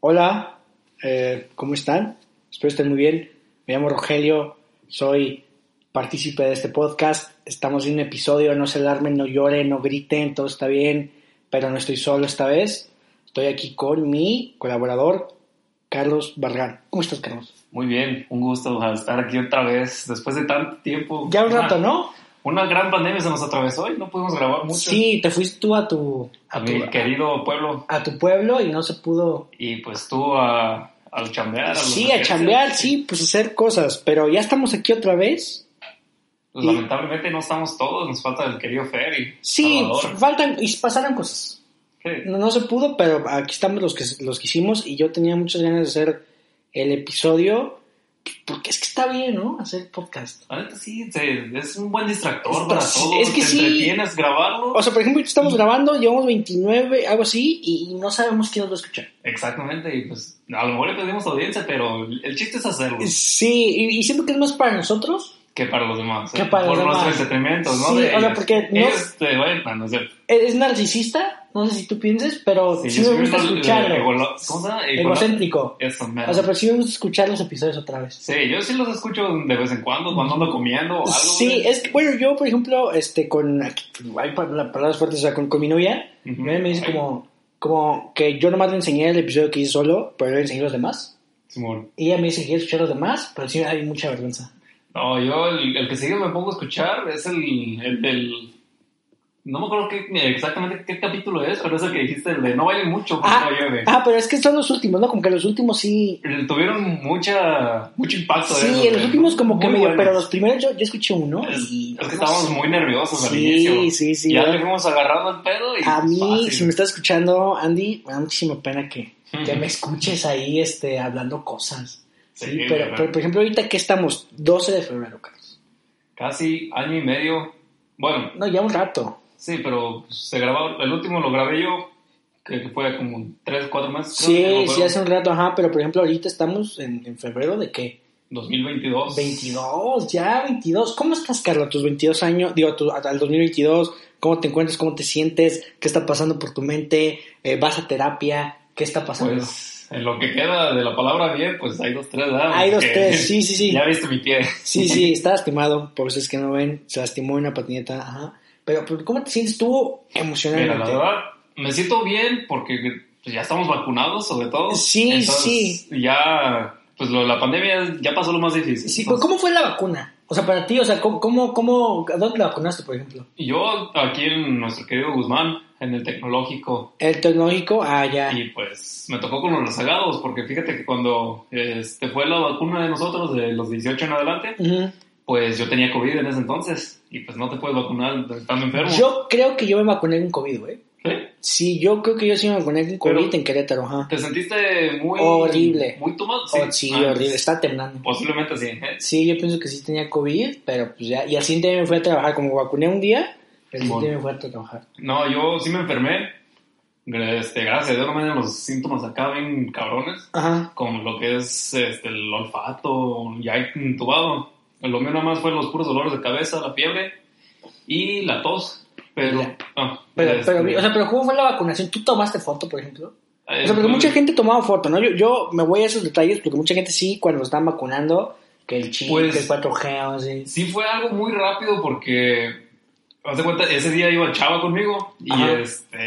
Hola, eh, ¿cómo están? Espero estén muy bien. Me llamo Rogelio, soy partícipe de este podcast. Estamos en un episodio, no se alarmen, no lloren, no griten, todo está bien, pero no estoy solo esta vez. Estoy aquí con mi colaborador, Carlos Barragán. ¿Cómo estás, Carlos? Muy bien, un gusto estar aquí otra vez después de tanto tiempo. Ya un Una- rato, ¿no? Una gran pandemia se nos atravesó y no pudimos grabar mucho. Sí, te fuiste tú a tu, A a mi tu, querido pueblo. a tu pueblo y no se pudo. Y pues tú a, al chambear. los Sí, a ejercicios. chambear, sí, pues hacer cosas, pero ya estamos aquí otra vez. Pues Y- lamentablemente no estamos todos, nos falta el querido Ferry. Sí, Salvador. faltan y pasaron cosas. ¿Qué? No, no se pudo, pero aquí estamos los que, los que hicimos y yo tenía muchas ganas de hacer el episodio porque es que está bien, ¿no? Hacer podcast. La neta sí, te- es un buen distractor Esto para sí, todos. es que te sí. entretienes grabarlo. O sea, por ejemplo, estamos grabando, llevamos 29, algo así, y no sabemos quién nos va a escuchar. Exactamente, y pues a lo mejor le pedimos audiencia, pero el chiste es hacerlo. Sí, y, y siento que es más para nosotros. que para los demás. Que ¿eh? para los Por nuestro demás. entretenimiento, ¿no? Sí, De o sea, ellos. porque no- Ellos te vayan- no, no es cierto. Es, es narcisista, no sé si tú pienses, pero sí, yo me soy gusta un- escucharlo. eh, egolo- ¿Cómo se llama? Egolo- Egocéntrico. Eso, mero. O sea, pero sí me gusta escuchar los episodios otra vez. Sí, yo sí los escucho de vez en cuando, cuando ando comiendo o algo. Sí, güey. es que, bueno, yo, por ejemplo, este, con, hay pa- la- palabras fuertes, o sea, con, con mi novia, Ujú. mi novia me dice Ay. como, como que yo nomás le enseñé el episodio que hice solo, pero yo le enseñé los demás. Simón. Y ella me dice que quiere escuchar los demás, pero sí hay mucha vergüenza. No, yo el, el que sigue me pongo a escuchar es el, el del... No me acuerdo qué, exactamente qué capítulo es, pero es el que dijiste, el de no bailen mucho porque Ah, no llueve. ah, pero es que son los últimos, ¿no? Como que los últimos sí. El- Tuvieron mucha, mucho impacto. Sí, esos, en los güey. últimos como que Muy medio, buenos. pero los primeros yo, yo escuché uno Es, y. es que estábamos muy nerviosos al Sí, inicio. sí, sí, Ya yo- le fuimos agarrando el pedo y. A mí, fácil. si me estás escuchando, Andy, me da muchísima pena que, que me escuches ahí este, hablando cosas. Sí, Sí, pero, ¿verdad? pero, por ejemplo, ahorita que estamos 12 de febrero, Carlos. Casi año y medio. Bueno, No, ya un rato. sí, pero se grabó. El último lo grabé yo, que que fue como 3, 4 meses. creo, no me Sí, acuerdo. sí, hace un rato, ajá, pero por ejemplo, ahorita estamos en, en febrero de qué? 2022. 22, ya 22. ¿Cómo estás, Carlos, a tus 22 años? Digo, a tu- a- al 2022, ¿cómo te encuentras? ¿Cómo te sientes? ¿Qué está pasando por tu mente? Eh, ¿Vas a terapia? ¿Qué está pasando? Pues en lo que queda de la palabra bien, pues hay dos, tres. ¿verdad? Hay dos, Porque tres, sí, sí, sí. eh, Ya viste mi pie. Sí, sí, está lastimado, por eso es que no ven, se lastimó en una patineta, ajá. Pero, pero, ¿cómo te sientes tú Mira, la emocionalmente? verdad, me siento bien porque pues, ya estamos vacunados, sobre todo. Sí, Entonces, sí. Ya, pues lo de la pandemia ya pasó lo más difícil. Sí, Entonces, ¿Cómo fue la vacuna? O sea, para ti, o sea, ¿cómo, cómo, cómo a dónde la vacunaste, por ejemplo? Yo aquí en nuestro querido Guzmán, en el tecnológico, El tecnológico, ah, ya. y pues me tocó con los rezagados, porque fíjate que cuando este, fue la vacuna de nosotros, de los 18 en adelante, Ujú. pues yo tenía COVID en ese entonces, y pues no te puedes vacunar estando enfermo. Yo creo que yo me vacuné con COVID, güey. ¿Sí? Sí, yo creo que yo sí me vacuné con COVID Pero- en Querétaro, ajá. ¿Te sentiste muy... Horrible. Muy tomado? Sí, oh, sí Ah, pues, horrible, está temblando. Posiblemente sí. ¿eh? Sí, yo pienso que sí tenía COVID, pero pues ya. Y al siguiente día me fui a trabajar, como vacuné un día, el siguiente día me fui a trabajar. No, yo sí me enfermé. Este, gracias a Dios no me dieron los síntomas acá bien cabrones. Ajá. como lo que es este, el olfato, ya intubado. Lo mío nada más fue los puros dolores de cabeza, la fiebre y la tos. Pero, Ya. ah, Pero, este, pero, o sea, pero ¿cómo fue la vacunación? ¿Tú tomaste foto, por ejemplo? eh, O sea, porque mucha gente tomaba foto, ¿no? Yo, yo me voy a esos detalles porque mucha gente sí, cuando están vacunando, que el chip, Pues- que el 4G, o sea, Sí fue algo muy rápido porque, haz de cuenta, ese día iba el chava conmigo y Ajá. este,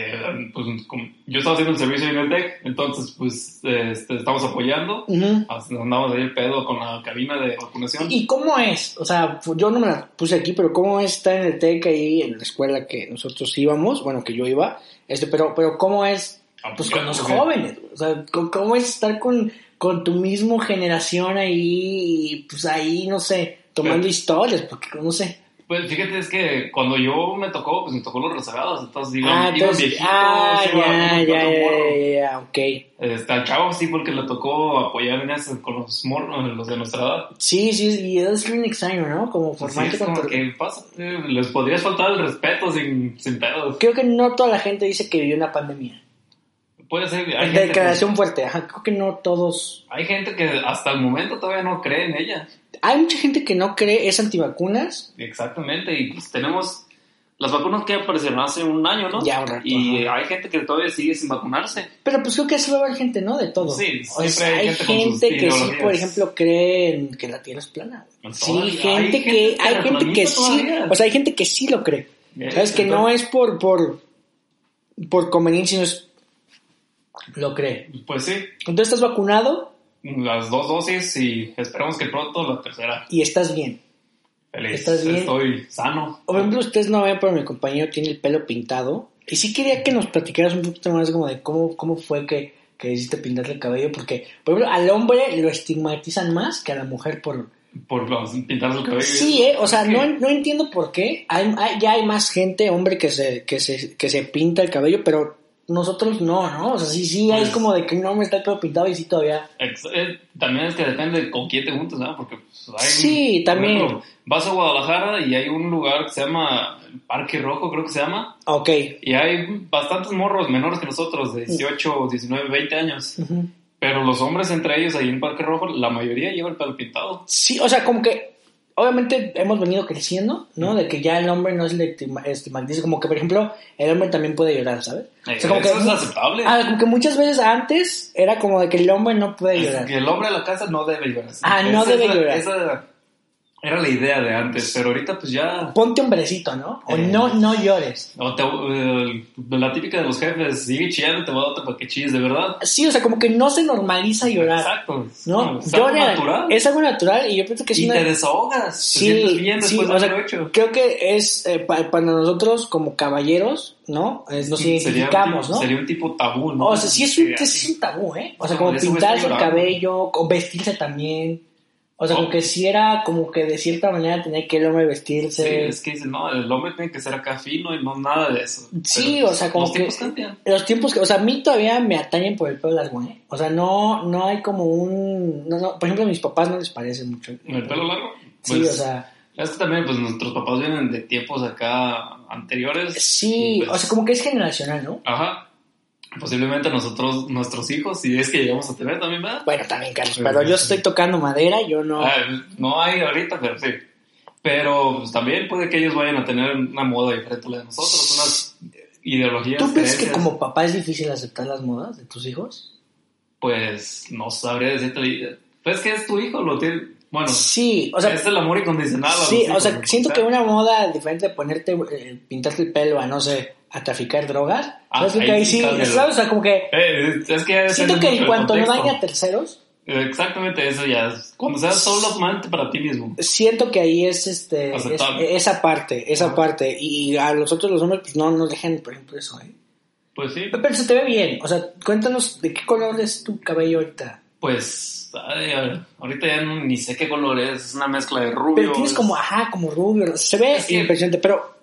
pues, como yo estaba haciendo el servicio en el TEC, entonces pues este, estamos apoyando. Ujú. Andamos ahí el pedo con la cabina de vacunación. ¿Y cómo es? O sea, fu- yo no me la puse aquí, pero ¿cómo es estar en el TEC ahí, en la escuela que nosotros íbamos? Bueno, que yo iba. Este, pero, pero ¿cómo es? Ah, Pues ya, con los porque- jóvenes. O sea, ¿cómo, cómo es estar con, con tu mismo generación ahí, y, pues ahí, no sé, tomando Pero- historias? Porque, no sé. Pues fíjate, es que cuando yo me tocó, pues me tocó los rezagados, entonces digo, ah, iban entonces, viejitos, ah, iban ya, unos ya, cuatro morros. ya, ya, ya, ok. Este, al chavo sí, porque le tocó apoyar en ese- con los morros, los de nuestra edad. Sí, sí, y es bien extraño, ¿no? Como Pues sí, formarte es como contra- que pásate, les podrías faltar el respeto sin, sin pedos. Creo que no toda la gente dice que vivió una pandemia. Puede ser, hay gente, que, Declaración fuerte, ajá, creo que no todos. hay gente que hasta el momento todavía no cree en ella. Hay mucha gente que no cree, es antivacunas. Exactamente, y pues tenemos las vacunas que aparecieron hace un año, ¿no? Ya, un rato, Y hay gente que todavía sigue sin vacunarse. Pero pues creo que así va a haber gente, ¿no? De todo. Sí, O sea, siempre hay hay gente con sus gente que sí, ideologías. por ejemplo, cree en que la Tierra es plana. Todavía Sí, hay gente gente que, que hay la gente que planita sí, todavía. Eh, o sea, hay gente que sí lo cree. Sabes que no es por, por, por conveniencia, sino es, lo cree. Pues sí, Entonces estás vacunado las dos dosis y esperemos que pronto la tercera. y estás bien. Feliz. ¿Estás bien? Estoy sano. Por ejemplo, ustedes no ven, pero mi compañero tiene el pelo pintado. Y sí quería que nos platicaras un poquito más como de cómo, cómo fue que, que decidiste pintarle el cabello. Porque, por ejemplo, al hombre lo estigmatizan más que a la mujer por... Por vamos, pintarse el cabello. Sí, ¿eh? O sea, Es que- no, no entiendo por qué. Hay- hay- ya hay más gente, hombre, que se, que, se, que se pinta el cabello, pero nosotros no, ¿no? O sea, sí, sí, es Pues- como de que no me está el pelo pintado y sí todavía... Ex- eh, También es que depende con quién te juntas, ¿no? Porque pues, hay- Sí, por también. ejemplo, vas a Guadalajara y hay un lugar que se llama el Parque Rojo, creo que se llama. ah, Ok. Y hay bastantes morros menores que nosotros, de 18, 19, 20 años. Ujú. Pero los hombres entre ellos ahí en Parque Rojo, la mayoría lleva el pelo pintado. Sí, o sea, como que obviamente hemos venido creciendo, Mm. ¿no? De que ya el hombre no es el estigma- estigmatiza, como que por ejemplo, el hombre también puede llorar, ¿sabes? O sea, como Eh, Eso que, es aceptable. Ah, como que muchas veces antes era como de que el hombre no puede Es llorar. que el hombre de la casa no debe llorar. Ah, no debe era- llorar. Esa era la idea de antes, pero ahorita pues ya... Ponte hombrecito, ¿no? O Eh. no, no llores. o te- eh, la típica de los jefes, sigue chillando, te va a dar otro para que chilles, de verdad. Sí, o sea, como que no se normaliza llorar, Exacto. es- Ah, ¿no? Es algo Llora, natural. Es algo natural y yo pienso que es y una... te desahogas. te sientes bien sí, después o de sea, haberlo hecho. creo que es eh, pa- para nosotros como caballeros, ¿no? Eh, Nos Sería un identificamos, tipo- ¿no? Sería un tipo tabú, ¿no? O sea, sí es un, Sería sí es un tabú, ¿eh? O sea, No, como de eso me pintarse estoy el hablando. cabello, o vestirse también. O sea, No. como que si era como que de cierta manera tenía que el hombre Sí, vestirse. es que dicen, no, el hombre tiene que ser acá fino y no nada de eso. Sí, Pero, o sea, como los que- tiempos cambian. Los tiempos que, o sea, a mí todavía me atañen por el pelo largo, ¿eh? O sea, no, no hay como un... No, no, por ejemplo, a mis papás no les parece mucho. El pelo largo. Sí, pues, o sea, Es que también, pues, nuestros papás vienen de tiempos acá anteriores. sí, o pues, sea, como que es generacional, ¿no? Ajá. Posiblemente nosotros, nuestros hijos, si es que llegamos a tener también, ¿verdad? Bueno, también, Carlos, Sí, pero yo sí. estoy tocando madera, yo no... Ah, no hay ahorita, pero sí. Pero pues, también puede que ellos vayan a tener una moda diferente a la de nosotros, unas ideologías. ¿Tú piensas que creencias. como papá es difícil aceptar las modas de tus hijos? Pues no sabría decirte. Pues que es tu hijo, lo tiene. Bueno, Sí, o sea, es el amor incondicional. a los Sí, o hijos, sea, ¿no? siento que O sea, una moda diferente de ponerte, eh, pintarte el pelo a, no sé, a traficar drogas, Ah, ¿sabes? Creo ahí que ahí sí sí, está de- ¿sabes? O sea, como que eh, es que siento que en cuanto no no daña a terceros, Exactamente eso ya. es- Cuando seas solo amante para ti mismo. siento que ahí es este es- Aceptable. Ah. esa parte, esa Ajá. parte. Y a los otros, los hombres, pues no nos dejan, por ejemplo, eso, ¿eh? Pues sí. Pero se te ve bien, o sea, cuéntanos de qué color es tu cabello ahorita. Pues ay, a- ahorita ya no- ni sé qué color es. Es una mezcla de rubio. Pero tienes es- como, ajá, como rubio, ¿no? se ve Es que- impresionante, pero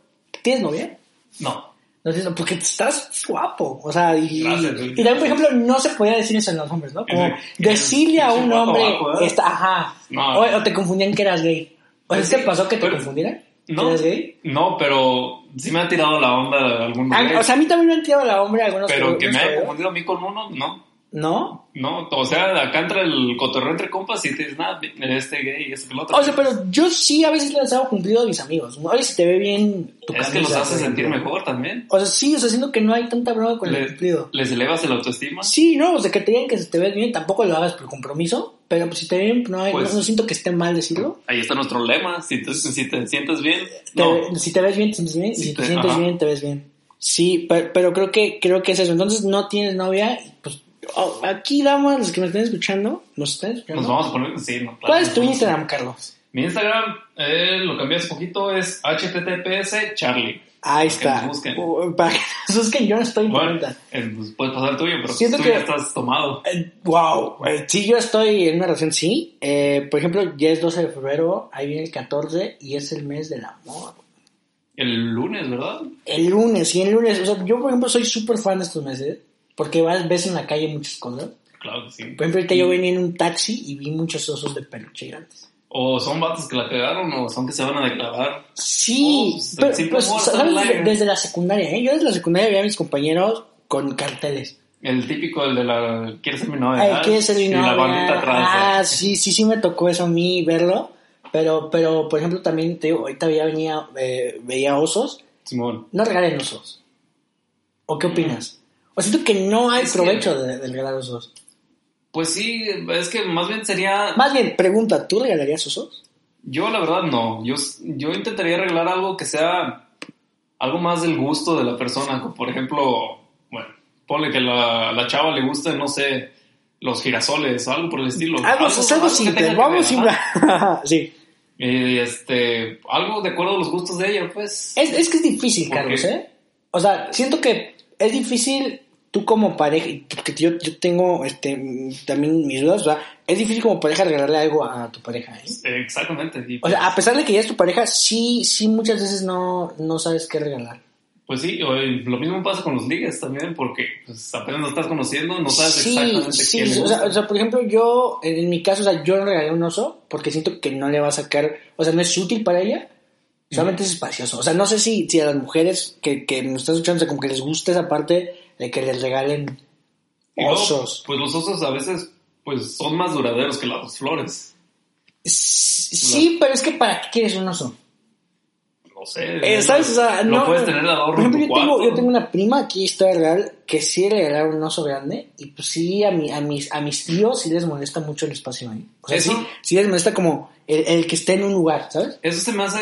¿tienes novia? No. No sé, porque estás guapo, o sea, y, Gracias, y güey. también, por ejemplo, no se podía decir eso en los hombres, ¿no? Como Ese- decirle a ese un guapo hombre, guapo, ¿eh? está, ajá, No. o, o te confundían que eras gay. O sea, Pues ¿te sí, pasó que te pero- confundieran? ¿Que No. eras gay? No, pero sí me ha tirado la onda de algún Ah, lugar. o sea, a mí también me han tirado la hombre algunos pero que algunos me haya cabrones. confundido a mí con uno, no. ¿No? No, o sea, acá entra el cotorreo entre compas y te dices, nada, este gay, este que el otro. O sea, pero yo sí a veces les hago cumplido a mis amigos. Oye, si te ve bien tu es camisa, que los hace por ejemplo. sentir mejor también. O sea, sí, o sea, siento que no hay tanta broma con Le- el cumplido. les elevas el autoestima. Sí, no, o sea, que te digan que si te ves bien, tampoco lo hagas por compromiso, pero pues, si te ven, no, hay- Pues- no, no siento que esté mal decirlo. Ahí está nuestro lema. Si te, si te sientes bien, Te- no. Si te ves bien, te sientes bien. y Si si te, te- sientes ajá. bien, te ves bien. Sí, pero, pero creo que creo que es eso. Entonces no tienes novia. Pues oh, aquí damos los que nos están escuchando. Nos están escuchando. Nos vamos a poner. Sí, no, claro. ¿Cuál es tu Instagram, Carlos? Mi Instagram, eh, lo cambié hace poquito, es https charlie. Ahí que nos está. busquen. Uh, Para que nos busquen, yo no estoy en Bueno, cuenta. eh, pues puede pasar tuyo, pero Siento tú que- ya estás tomado. Eh, Wow, eh, sí, yo estoy en una relación, sí. Eh, por ejemplo, ya es 12 de febrero, ahí viene el 14 y es el mes del amor. El lunes, ¿verdad? El lunes, y el lunes, o sea, yo por ejemplo soy súper fan de estos meses, porque vas, ves en la calle muchas cosas. Claro que sí. Por ejemplo, ahorita yo venía en un taxi y vi muchos osos de peluche gigantes. O son vatos que la cagaron o son que se van a declarar. Sí, Osos, pero, sí, pues, amor, ¿sabes? son Desde, lions. desde la secundaria, ¿eh? Yo desde la secundaria veía a mis compañeros con carteles. El típico, el de la... ¿Quieres ser mi novia? Ay, ¿quieres ser mi Y la novia? bandita ¿eh? atrás. Ah, sí, sí, sí me tocó eso a mí verlo. Pero, pero por ejemplo, también te digo, ahorita ya venía, eh, veía osos. Simón. No regalen osos. ¿O qué opinas? O siento que no hay Es que- provecho de, de regalar osos. Pues sí, es que más bien sería... Más bien, pregunta, ¿tú regalarías osos? Yo la verdad no. Yo, yo intentaría arreglar algo que sea algo más del gusto de la persona. Como, Por ejemplo, bueno, ponle que la, la chava le guste, no sé, los girasoles o Pues, algo por el estilo. Algo, es algo que simple, tenga que vamos ver, sin... ajá. sí. Y, este, algo de acuerdo a los gustos de ella, pues. Es, es que es difícil, ¿Por Carlos, qué? ¿eh? O sea, siento que es difícil tú como pareja, porque yo, yo tengo este, mm, también mis dudas, o sea, es difícil como pareja regalarle algo a tu pareja, ¿eh? Eh, Exactamente. Y, O sea, a pesar de que ya es tu pareja, sí, sí muchas veces no, no sabes qué regalar. pues sí, o- y lo mismo pasa con los ligues también, porque pues, apenas lo estás conociendo, no sabes sí, exactamente sí, quién le o sea, gusta. o sea, por ejemplo, yo, en en mi caso, o sea, yo no regalé un oso porque siento que no le va a sacar, o sea, no es útil para ella, solamente es espacioso. O sea, no sé si, si a las mujeres que, que nos están escuchando, o sea, como que les gusta esa parte de que les regalen Y luego, osos. pues los osos a veces pues son más duraderos que las flores. Sí, pero es que ¿para qué quieres un oso? No sé. Eh, ¿Sabes? O sea, no, no. puedes tener de adorno Por ejemplo, en tu yo tengo, cuarto. yo tengo una prima aquí, historia real, que sí regalaron un oso grande. Y pues sí, a, mi, a, mis, a mis tíos sí les molesta mucho el espacio ahí. O sea, Eso- sí, sí les molesta como el, el que esté en un lugar, ¿sabes? Eso se me hace,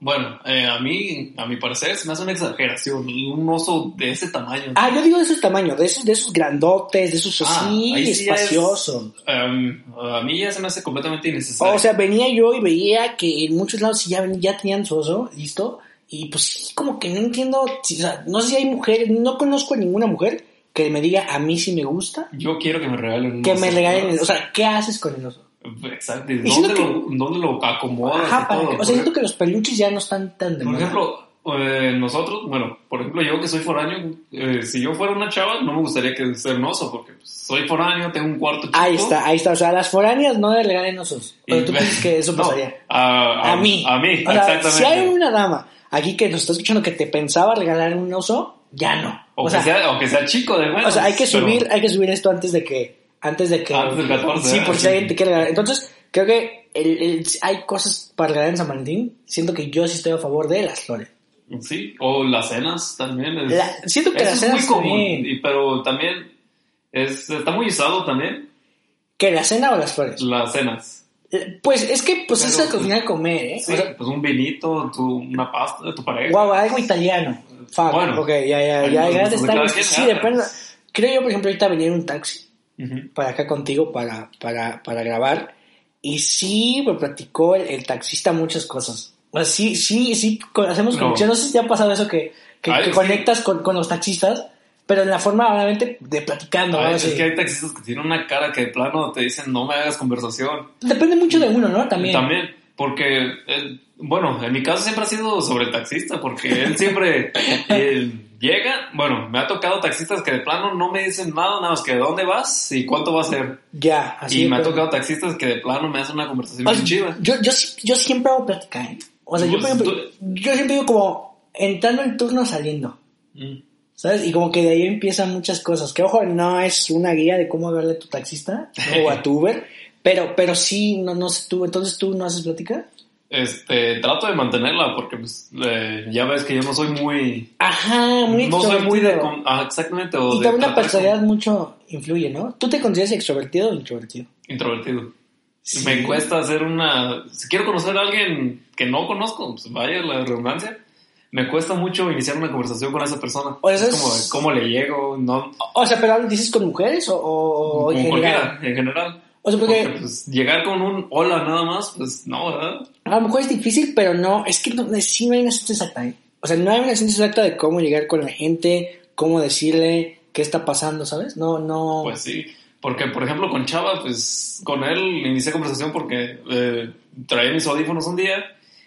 bueno, eh, a mí, a mi parecer, se me hace una exageración. Un oso de ese tamaño. Ah, yo digo de esos tamaños, de esos, de esos grandotes, de esos Ah, ahí así, sí ya es- espaciosos. Um, a mí ya se me hace completamente innecesario. O sea, venía yo y veía que en muchos lados sí ya, ven- ya tenían su oso, listo. Y pues sí, como que no entiendo, si- o sea, no sé si hay mujeres, no conozco a ninguna mujer que me diga a mí sí me gusta, yo quiero que me regalen un que oso. me regalen, el- o sea, ¿qué haces con el oso? Exacto. ¿y Y siento ¿Dónde, lo, ¿Dónde lo acomodas? y Ajá, para todo? que- o Por sea, ejemplo- siento que los peluches ya no están tan de Por moda. ejemplo, eh, nosotros, bueno, por ejemplo, yo que soy foráneo, eh, si yo fuera una chava, no me gustaría que sea un oso, porque pues, soy foráneo, tengo un cuarto chico. ahí está, ahí está, o sea, las foráneas no le regalen osos. y- Pero tú piensas que eso No, pasaría. a, A, mí. A mí, O sea, exactamente. Si hay una dama aquí que nos está escuchando que te pensaba regalar un oso, ya no. o, O sea, que sea, o que sea chico de menos. o sea, hay que pero- subir, hay que subir esto antes de que, antes de que, Antes del 14, sí, ¿eh? por si alguien te quiere regalar. Entonces, creo que el- el- hay cosas para regalar en San Valentín. Siento que yo sí estoy a favor de las flores. Sí, o las cenas también. Es, La- siento que eso las es cenas muy común, también. y- pero también es, está muy usado también ¿Que la cena o las flores? las cenas. Eh, Pues es que pues Pero- es la cocina de comer, ¿eh? Sí, O sea, pues un vinito, tu, una pasta de tu pareja. guau, algo italiano. Fuck, Bueno. ok, ya, ya, Ahí ya, nos ya gustos de estamos- cada quien, sí, ¿verdad? depende. Creo yo, por ejemplo, ahorita venía en un taxi Ujú. para acá contigo para, para, para grabar y sí me platicó el, el taxista muchas cosas. O sea, sí, sí, sí, co- hacemos No. conexión. No sé si te ha pasado eso que, que, Ay, que sí. conectas con, con los taxistas, pero en la forma, obviamente, de platicando. Ay, ¿no? es Sí. que hay taxistas que tienen una cara que de plano te dicen no me hagas conversación. Depende mucho de uno, ¿no? También. También, porque, eh, bueno, en mi caso siempre ha sido sobre el taxista, porque él siempre eh, llega, bueno, me ha tocado taxistas que de plano no me dicen nada, nada más que de dónde vas y cuánto va a ser. Ya, así. y de me ha plano. tocado taxistas que de plano me hacen una conversación O sea, bien chida. Yo, yo, sí- yo siempre hago plática, ¿eh? O sea, yo, por Pues, ejemplo, yo siempre digo como entrando en turno, saliendo, Mm. ¿sabes? Y como que de ahí empiezan muchas cosas. Que ojo, no es una guía de cómo hablarle a tu taxista ¿no? o a tu Uber, pero, pero sí, no, no sé tú. Entonces tú no haces plática. Este, trato de mantenerla porque pues, eh, ya ves que yo no soy muy... Ajá, muy no soy muy de... extrovertido. con- ah, exactamente. O Y de también la tratar con- personalidad mucho influye, ¿no? ¿Tú te consideras extrovertido o introvertido? Introvertido. Sí. Me cuesta hacer una... Si quiero conocer a alguien que no conozco, pues vaya la redundancia, me cuesta mucho iniciar una conversación con esa persona. O sea, es como, es- ¿cómo le llego? No, O sea, pero dices con mujeres o, o- o en con general. cualquiera, en general. O sea, Porque, porque pues, llegar con un hola nada más, pues no, ¿verdad? A lo mejor es difícil, pero no, es que no, sí no hay una cita exacta. ¿eh? o sea, no hay una ciencia exacta de cómo llegar con la gente, cómo decirle qué está pasando, ¿sabes? No, no. Pues sí, porque por ejemplo con Chava, pues con él inicié conversación porque eh, traía mis audífonos un día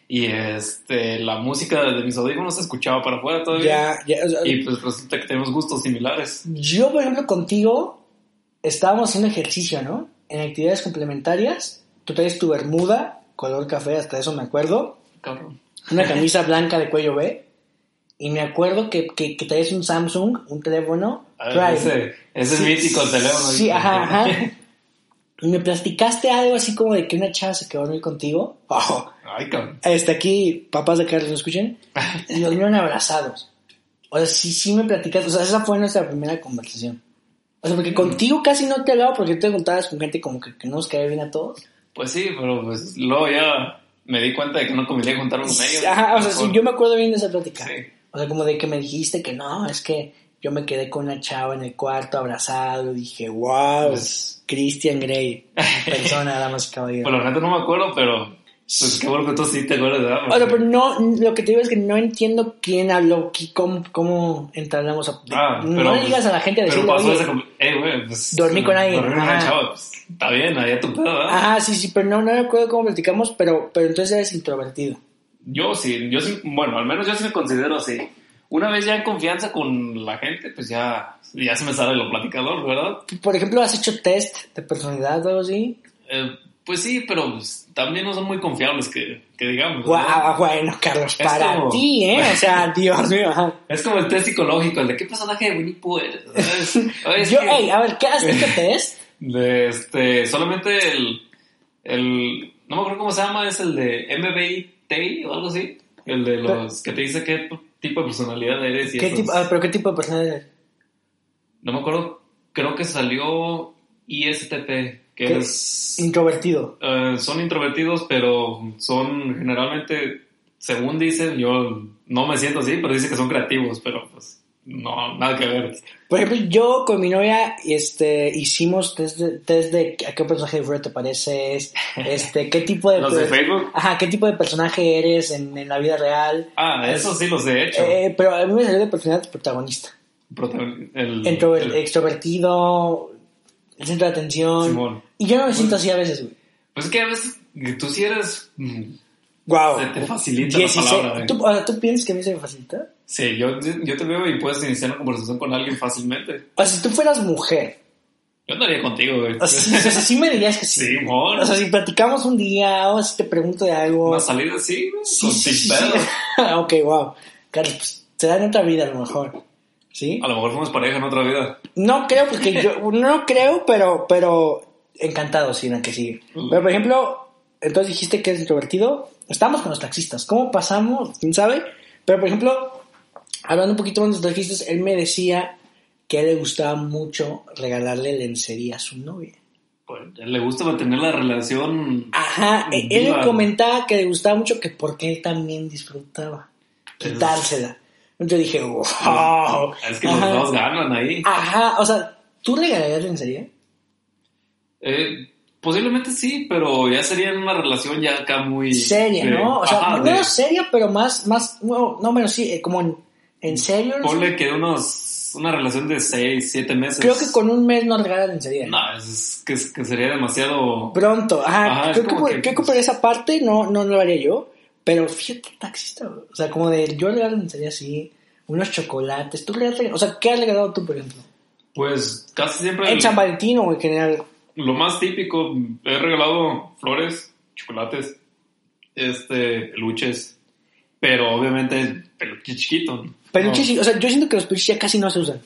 y este la música de mis audífonos se escuchaba para afuera todavía. Ya, ya, o sea, Y pues resulta que tenemos gustos similares. Yo, por ejemplo, contigo estábamos haciendo ejercicio, ¿no? En actividades complementarias, tú traes tu bermuda, color café, hasta eso me acuerdo, Cabrón. una camisa blanca de cuello B, y me acuerdo que, que, que traes un Samsung, un teléfono, Ah, Prime. ese ese Sí, es mítico el teléfono. Sí, ajá, ajá. Y me platicaste algo así como de que una chava se quedó a dormir contigo. Oh, Ay, cabrón. hasta aquí, papás de Carlos, ¿no escuchen? Y dormieron abrazados. O sea, sí, sí me platicaste. O sea, esa fue nuestra primera conversación. O sea, porque contigo casi no te hablaba porque te juntabas con gente como que, que no nos caía bien a todos. Pues sí, pero pues luego ya me di cuenta de que no convenía juntarme con ellos. Ajá, o sea, sí, Mejor. yo me acuerdo bien de esa plática. Sí. O sea, como de que me dijiste que no, es que yo me quedé con una chava en el cuarto abrazado. Y dije, wow, es Christian Grey, persona, damas y caballeros. Pues la neta no me acuerdo, pero pues qué bueno que tú sí te acuerdas, ¿verdad? O sea, pero no, lo que te digo es que no entiendo quién habló, qui- cómo, cómo entablamos a... Ah, no pero, le digas a la gente de pero decirle, pasó "Oye, esa com- eh, güey, pues, dormí con alguien, Dormí con una ajá. chava, pues, está bien, ahí a tu pedo, ¿verdad? Ajá, sí, sí, pero no, no me acuerdo cómo platicamos, pero, pero entonces eres introvertido. Yo sí, yo sí, bueno, al menos yo sí me considero así. Una vez ya en confianza con la gente, pues ya, ya se me sale lo platicador, ¿verdad? Por ejemplo, ¿has hecho test de personalidad o algo así? Eh, pues sí, pero pues, también no son muy confiables que, que digamos. ¿verdad? Guau, ah, bueno, Carlos, Es para como- ti, ¿eh? O sea, Dios mío, ajá. Es como el test psicológico, el de qué personaje de Winnie Pooh eres. ¿sabes? Oye, es Yo, que- hey, a ver, ¿qué has hecho test? De este, solamente el, el, no me acuerdo cómo se llama, es el de MBTI o algo así. El de los que te dice qué tipo de personalidad eres y ¿Qué esos. tipo, ah, ¿Pero qué tipo de personalidad eres? No me acuerdo, creo que salió ISTP, que ¿Qué? es, Introvertido. eh, son introvertidos, pero son generalmente, según dicen, yo no me siento así, pero dicen que son creativos, pero pues no, nada que ver. Por ejemplo, yo con mi novia este, hicimos test de, test de a qué personaje de Freud te pareces, este, qué tipo de... Los de Facebook. Ajá, ¿qué tipo de personaje eres en, en la vida real? Ah, eso sí los he hecho. Eh, pero a mí me salió de personalidad protagonista. Protagon- el- Intro- el- extrovertido, el centro de atención. Simón. Y yo no me siento así a veces, güey. Pues es que a veces que tú sí eres. mm, Wow. Se te facilita la palabra, eh. güey. ¿Tú, o sea, ¿tú piensas que a mí se me facilita? Sí, yo, yo te veo y puedes iniciar una conversación con alguien fácilmente. O sea, si tú fueras mujer, Yo andaría contigo, güey. o sea, Ah, sí, o sea, sí me dirías que sí. Sí, mon. O sea, si platicamos un día, o si te pregunto de algo. Una salida así, güey, Sí, con sí, tus sí, pedos. sí. ok, wow. Carlos, pues se da en otra vida a lo mejor. ¿Sí? A lo mejor fuimos pareja en otra vida. No creo, porque yo no creo, pero, pero encantado, sí, en la que sigue. Mm. Pero, por ejemplo, entonces dijiste que eres introvertido. Estamos con los taxistas. ¿Cómo pasamos? ¿Quién sabe? Pero, por ejemplo, hablando un poquito más de los taxistas, él me decía que a él le gustaba mucho regalarle lencería a su novia. Pues a él le gusta mantener la relación. Ajá, e- él Viva. me comentaba que le gustaba mucho que porque él también disfrutaba quitársela. Yo dije, wow. Es que los Ajá. dos ganan ahí. Ajá, o sea, ¿tú regalarías lencería? Eh, posiblemente sí, pero ya sería una relación ya acá muy. seria, de- ¿no? O sea, ajá, de- menos seria, pero más, más, no, no menos sí, eh, como en, en serio. no sé. Ponle que unos. Una relación de seis, siete meses. Creo que con un mes no regalan en serio. No, es que, que sería demasiado. Pronto, ajá, Ajá, es creo, que, como por- que- creo que por esa parte no, no lo haría yo, pero fíjate, taxista, o sea, como de yo regalo en serio así, unos chocolates, tú regalas, o sea, ¿qué has regalado tú, por ejemplo? Pues casi siempre. En San Valentín o en general, lo más típico, he regalado flores, chocolates, este, peluches, pero obviamente peluche chiquito. peluches, No, sí, o sea, yo siento que los peluches ya casi no se usan.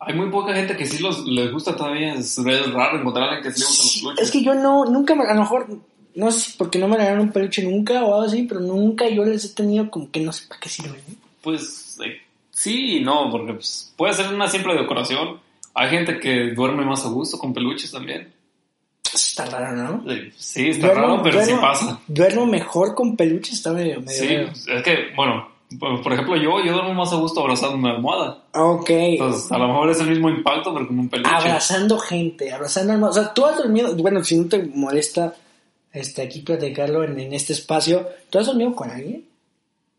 Hay muy poca gente que sí los, les gusta todavía, es, es raro encontrar a alguien que sí le gustan los Sí, peluches. es que yo no, nunca, me- a lo mejor, no sé si porque no me regalaron un peluche nunca o algo así, pero nunca yo les he tenido como que no sé para qué sirven. ¿eh? Pues eh, sí y no, porque pues, puede ser una simple decoración. Hay gente que duerme más a gusto con peluches también. Está raro, ¿no? Eh, Sí, está raro, pero sí pasa. Duermo mejor con peluches, está medio, medio Sí, pues, raro. es que, bueno, por por ejemplo, yo, yo duermo más a gusto abrazando una almohada. Ah, Ok. Entonces, a lo mejor es el mismo impacto, pero con un peluche. abrazando gente, abrazando alma- O sea, tú has dormido, bueno, si no te molesta este aquí platicarlo en, en este espacio, ¿tú has dormido con alguien?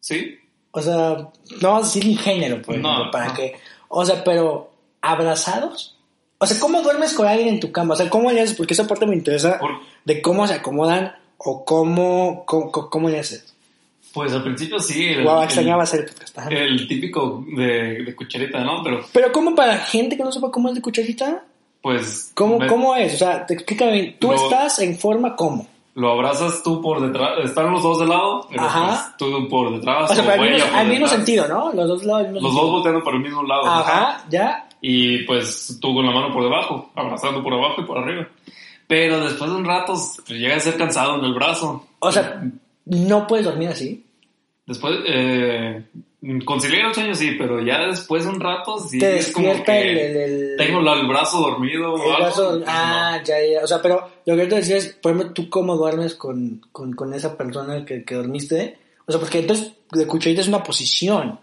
Sí, O sea, no vamos a decir ingénero, por No, ejemplo, para no. que. O sea, pero abrazados. O sea, ¿cómo duermes con alguien en tu cama? O sea, ¿cómo le haces? Porque esa parte me interesa Por- de cómo se acomodan o cómo, cómo, cómo- cómo le haces. Pues al principio sí. El, Guau, el- extrañaba hacer el podcast. Ajá. el típico de, de cucharita, ¿no? Pero Pero ¿cómo para gente que no sepa cómo es de cucharita? pues. ¿Cómo, me- cómo es? O sea, te explícame bien. Tú No. estás en forma cómo. Lo abrazas tú por detrás. Están los dos de lado, pero Ajá. pues, tú por detrás. O sea, o pero al ella mismo, por al mismo detrás. sentido, ¿no? Los dos lados. al mismo Los dos sentido. volteando por el mismo lado. Ajá, ya. Y pues tú con la mano por debajo, abrazando por abajo y por arriba. Pero después de un rato pues, llega a ser cansado en el brazo. O sea, no puedes dormir así. Después, eh, conciliar el sueño sí, pero ya después de un rato sí te es como despierta el, el, que el- tengo la- el brazo dormido el o algo. brazo- pues, Ah, no. ya, ya. O sea, pero lo que yo te decía es, por ejemplo, tú cómo duermes con, con, con esa persona que, que dormiste. O sea, porque entonces de cucharita es una posición.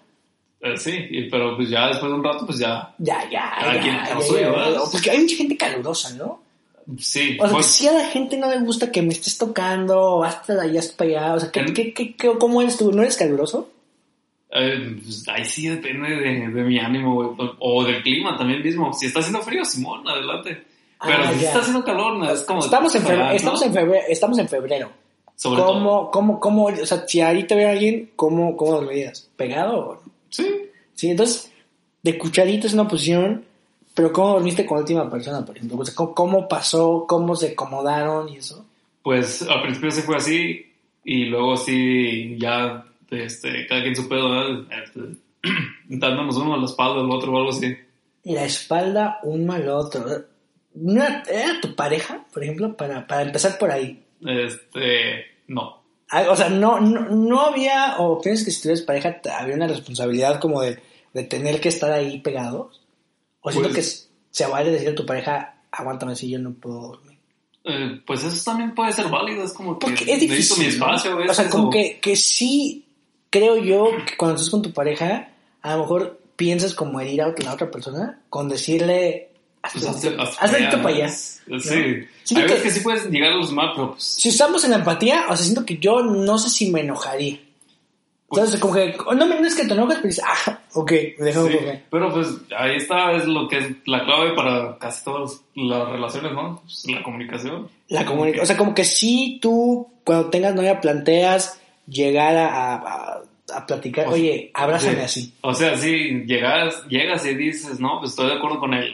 Eh, sí, y- pero pues ya después de un rato pues ya, Ya, ya. Cada ya, quien ya, con lo ya, suyo, ya, ¿verdad? ya. Porque hay mucha gente calurosa, ¿no? sí. O sea, pues, que si a la gente no le gusta que me estés tocando, basta de allá hasta allá. O sea, ¿qué, En- qué, qué, qué- ¿cómo eres tú? ¿No eres caluroso? eh, pues, ahí sí depende de, de mi ánimo güey, o- o del clima también mismo. Si está haciendo frío, Simón, adelante. Pero Ah, si ya. está haciendo calor, no, es como... Estamos en febrero. Ah, ¿no? Estamos en febrero. Estamos en febrero. Sobre todo. ¿Cómo, cómo, cómo, o sea, si ahí te ve alguien, ¿cómo, cómo dormirías? ¿Pegado o no? Sí. Sí, entonces, de cucharita es una posición, pero ¿cómo dormiste con la última persona, por ejemplo? O sea, ¿cómo, cómo pasó? ¿Cómo se acomodaron y eso? Pues al principio se fue así y luego sí ya este, cada quien su pedo, ¿verdad? Este, dándonos uno a la espalda, el otro o algo así. Y la espalda uno al otro. ¿Una- ¿Era tu pareja, por ejemplo? Para, para empezar por ahí. Este, no. Ah, O sea, no, no, no había, o piensas que si tuvieras pareja t- había una responsabilidad como de, de tener que estar ahí pegados. O siento Pues- que s- se vale decir a tu pareja, aguántame si yo no puedo dormir. Eh, pues eso también puede ser válido, es como que Porque es difícil. Pues necesito mi ¿no? espacio. a O sea, veces, como o- que, que sí, creo yo que cuando estás con tu pareja, a lo mejor piensas como herir a la otra persona con decirle. Hazte pues, hazte- hazte hazte para esto para allá. ¿no? Sí. Siento Hay veces que- que sí puedes llegar a los mal, pero pues... Si estamos en la empatía, o sea, siento que yo no sé si me enojaría. O sea, o sea, como que, oh, no, no es que te enojes, pero dices, ah, ok, me dejó sí. porque- Pero pues ahí está, es lo que es la clave para casi todas las relaciones, ¿no? Pues, la comunicación. La comunica- o sea, como que sí tú, cuando tengas novia, planteas llegar a, a- a- a platicar, O sea, oye, abrázame así. Sí. O sea, sí, llegas, llegas y dices, no, pues estoy de acuerdo con el,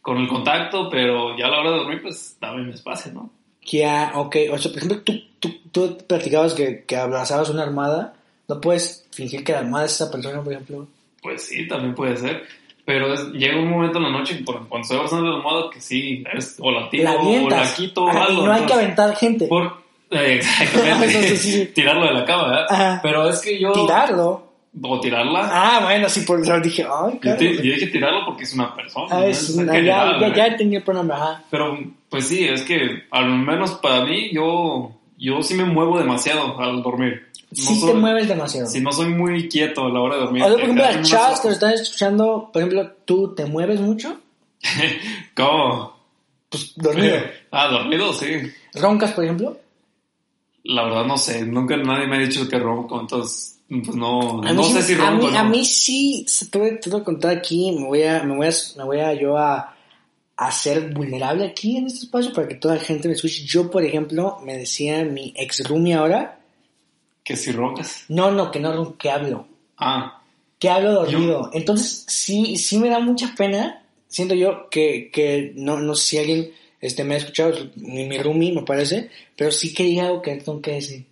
con el contacto, pero ya a la hora de dormir, pues dame mi espacio, ¿no? Ya, ok. O sea, por ejemplo, tú, tú, tú platicabas que, que abrazabas una armada. No puedes fingir que la armada es esa persona, por ejemplo. Pues sí, también puede ser. Pero es- llega un momento en la noche, por- cuando estoy abrazando la almohada, que sí, es- o la tiro, la o la avientas. quito, o Ajá, algo. y no hay que entonces, aventar gente. por- eh, exactamente. Entonces, sí. Tirarlo de la cama, ¿verdad? Ajá. Pero es que yo... Tirarlo. O tirarla. Ah, bueno, sí, por eso dije, ay, yo, claro. te- yo dije tirarlo porque es una persona. Ah, ¿no? es Es una- en ya, general, ya, ¿verdad? ya tenía el problema. Ajá. Pero, pues sí, es que al menos para mí, yo, yo sí me muevo demasiado al dormir. No Sí soy- te mueves demasiado. Sí, no soy muy quieto a la hora de dormir. o sea, por ejemplo, Cada las vez chavas más- que nos están escuchando, por ejemplo, ¿tú te mueves mucho? ¿Cómo? Pues dormido. Ah, dormido, sí. ¿Roncas, por ejemplo? La verdad no sé, nunca nadie me ha dicho que ronco, entonces, pues no, A mí no sí- sé si a ronco. mí, ¿no? a mí sí, se- te voy, te voy a contar aquí, me voy a, me voy a, me voy a yo a, a ser vulnerable aquí en este espacio para que toda la gente me escuche. Yo, por ejemplo, me decía mi ex roomie ahora, Que si roncas. no, no, que no, no, que hablo, Ah, que hablo dormido. Entonces, sí, sí me da mucha pena, siento yo que, que no, no sé si alguien este, me ha escuchado, mi, mi roomie me parece, pero sí que diga algo que no tengo que decir.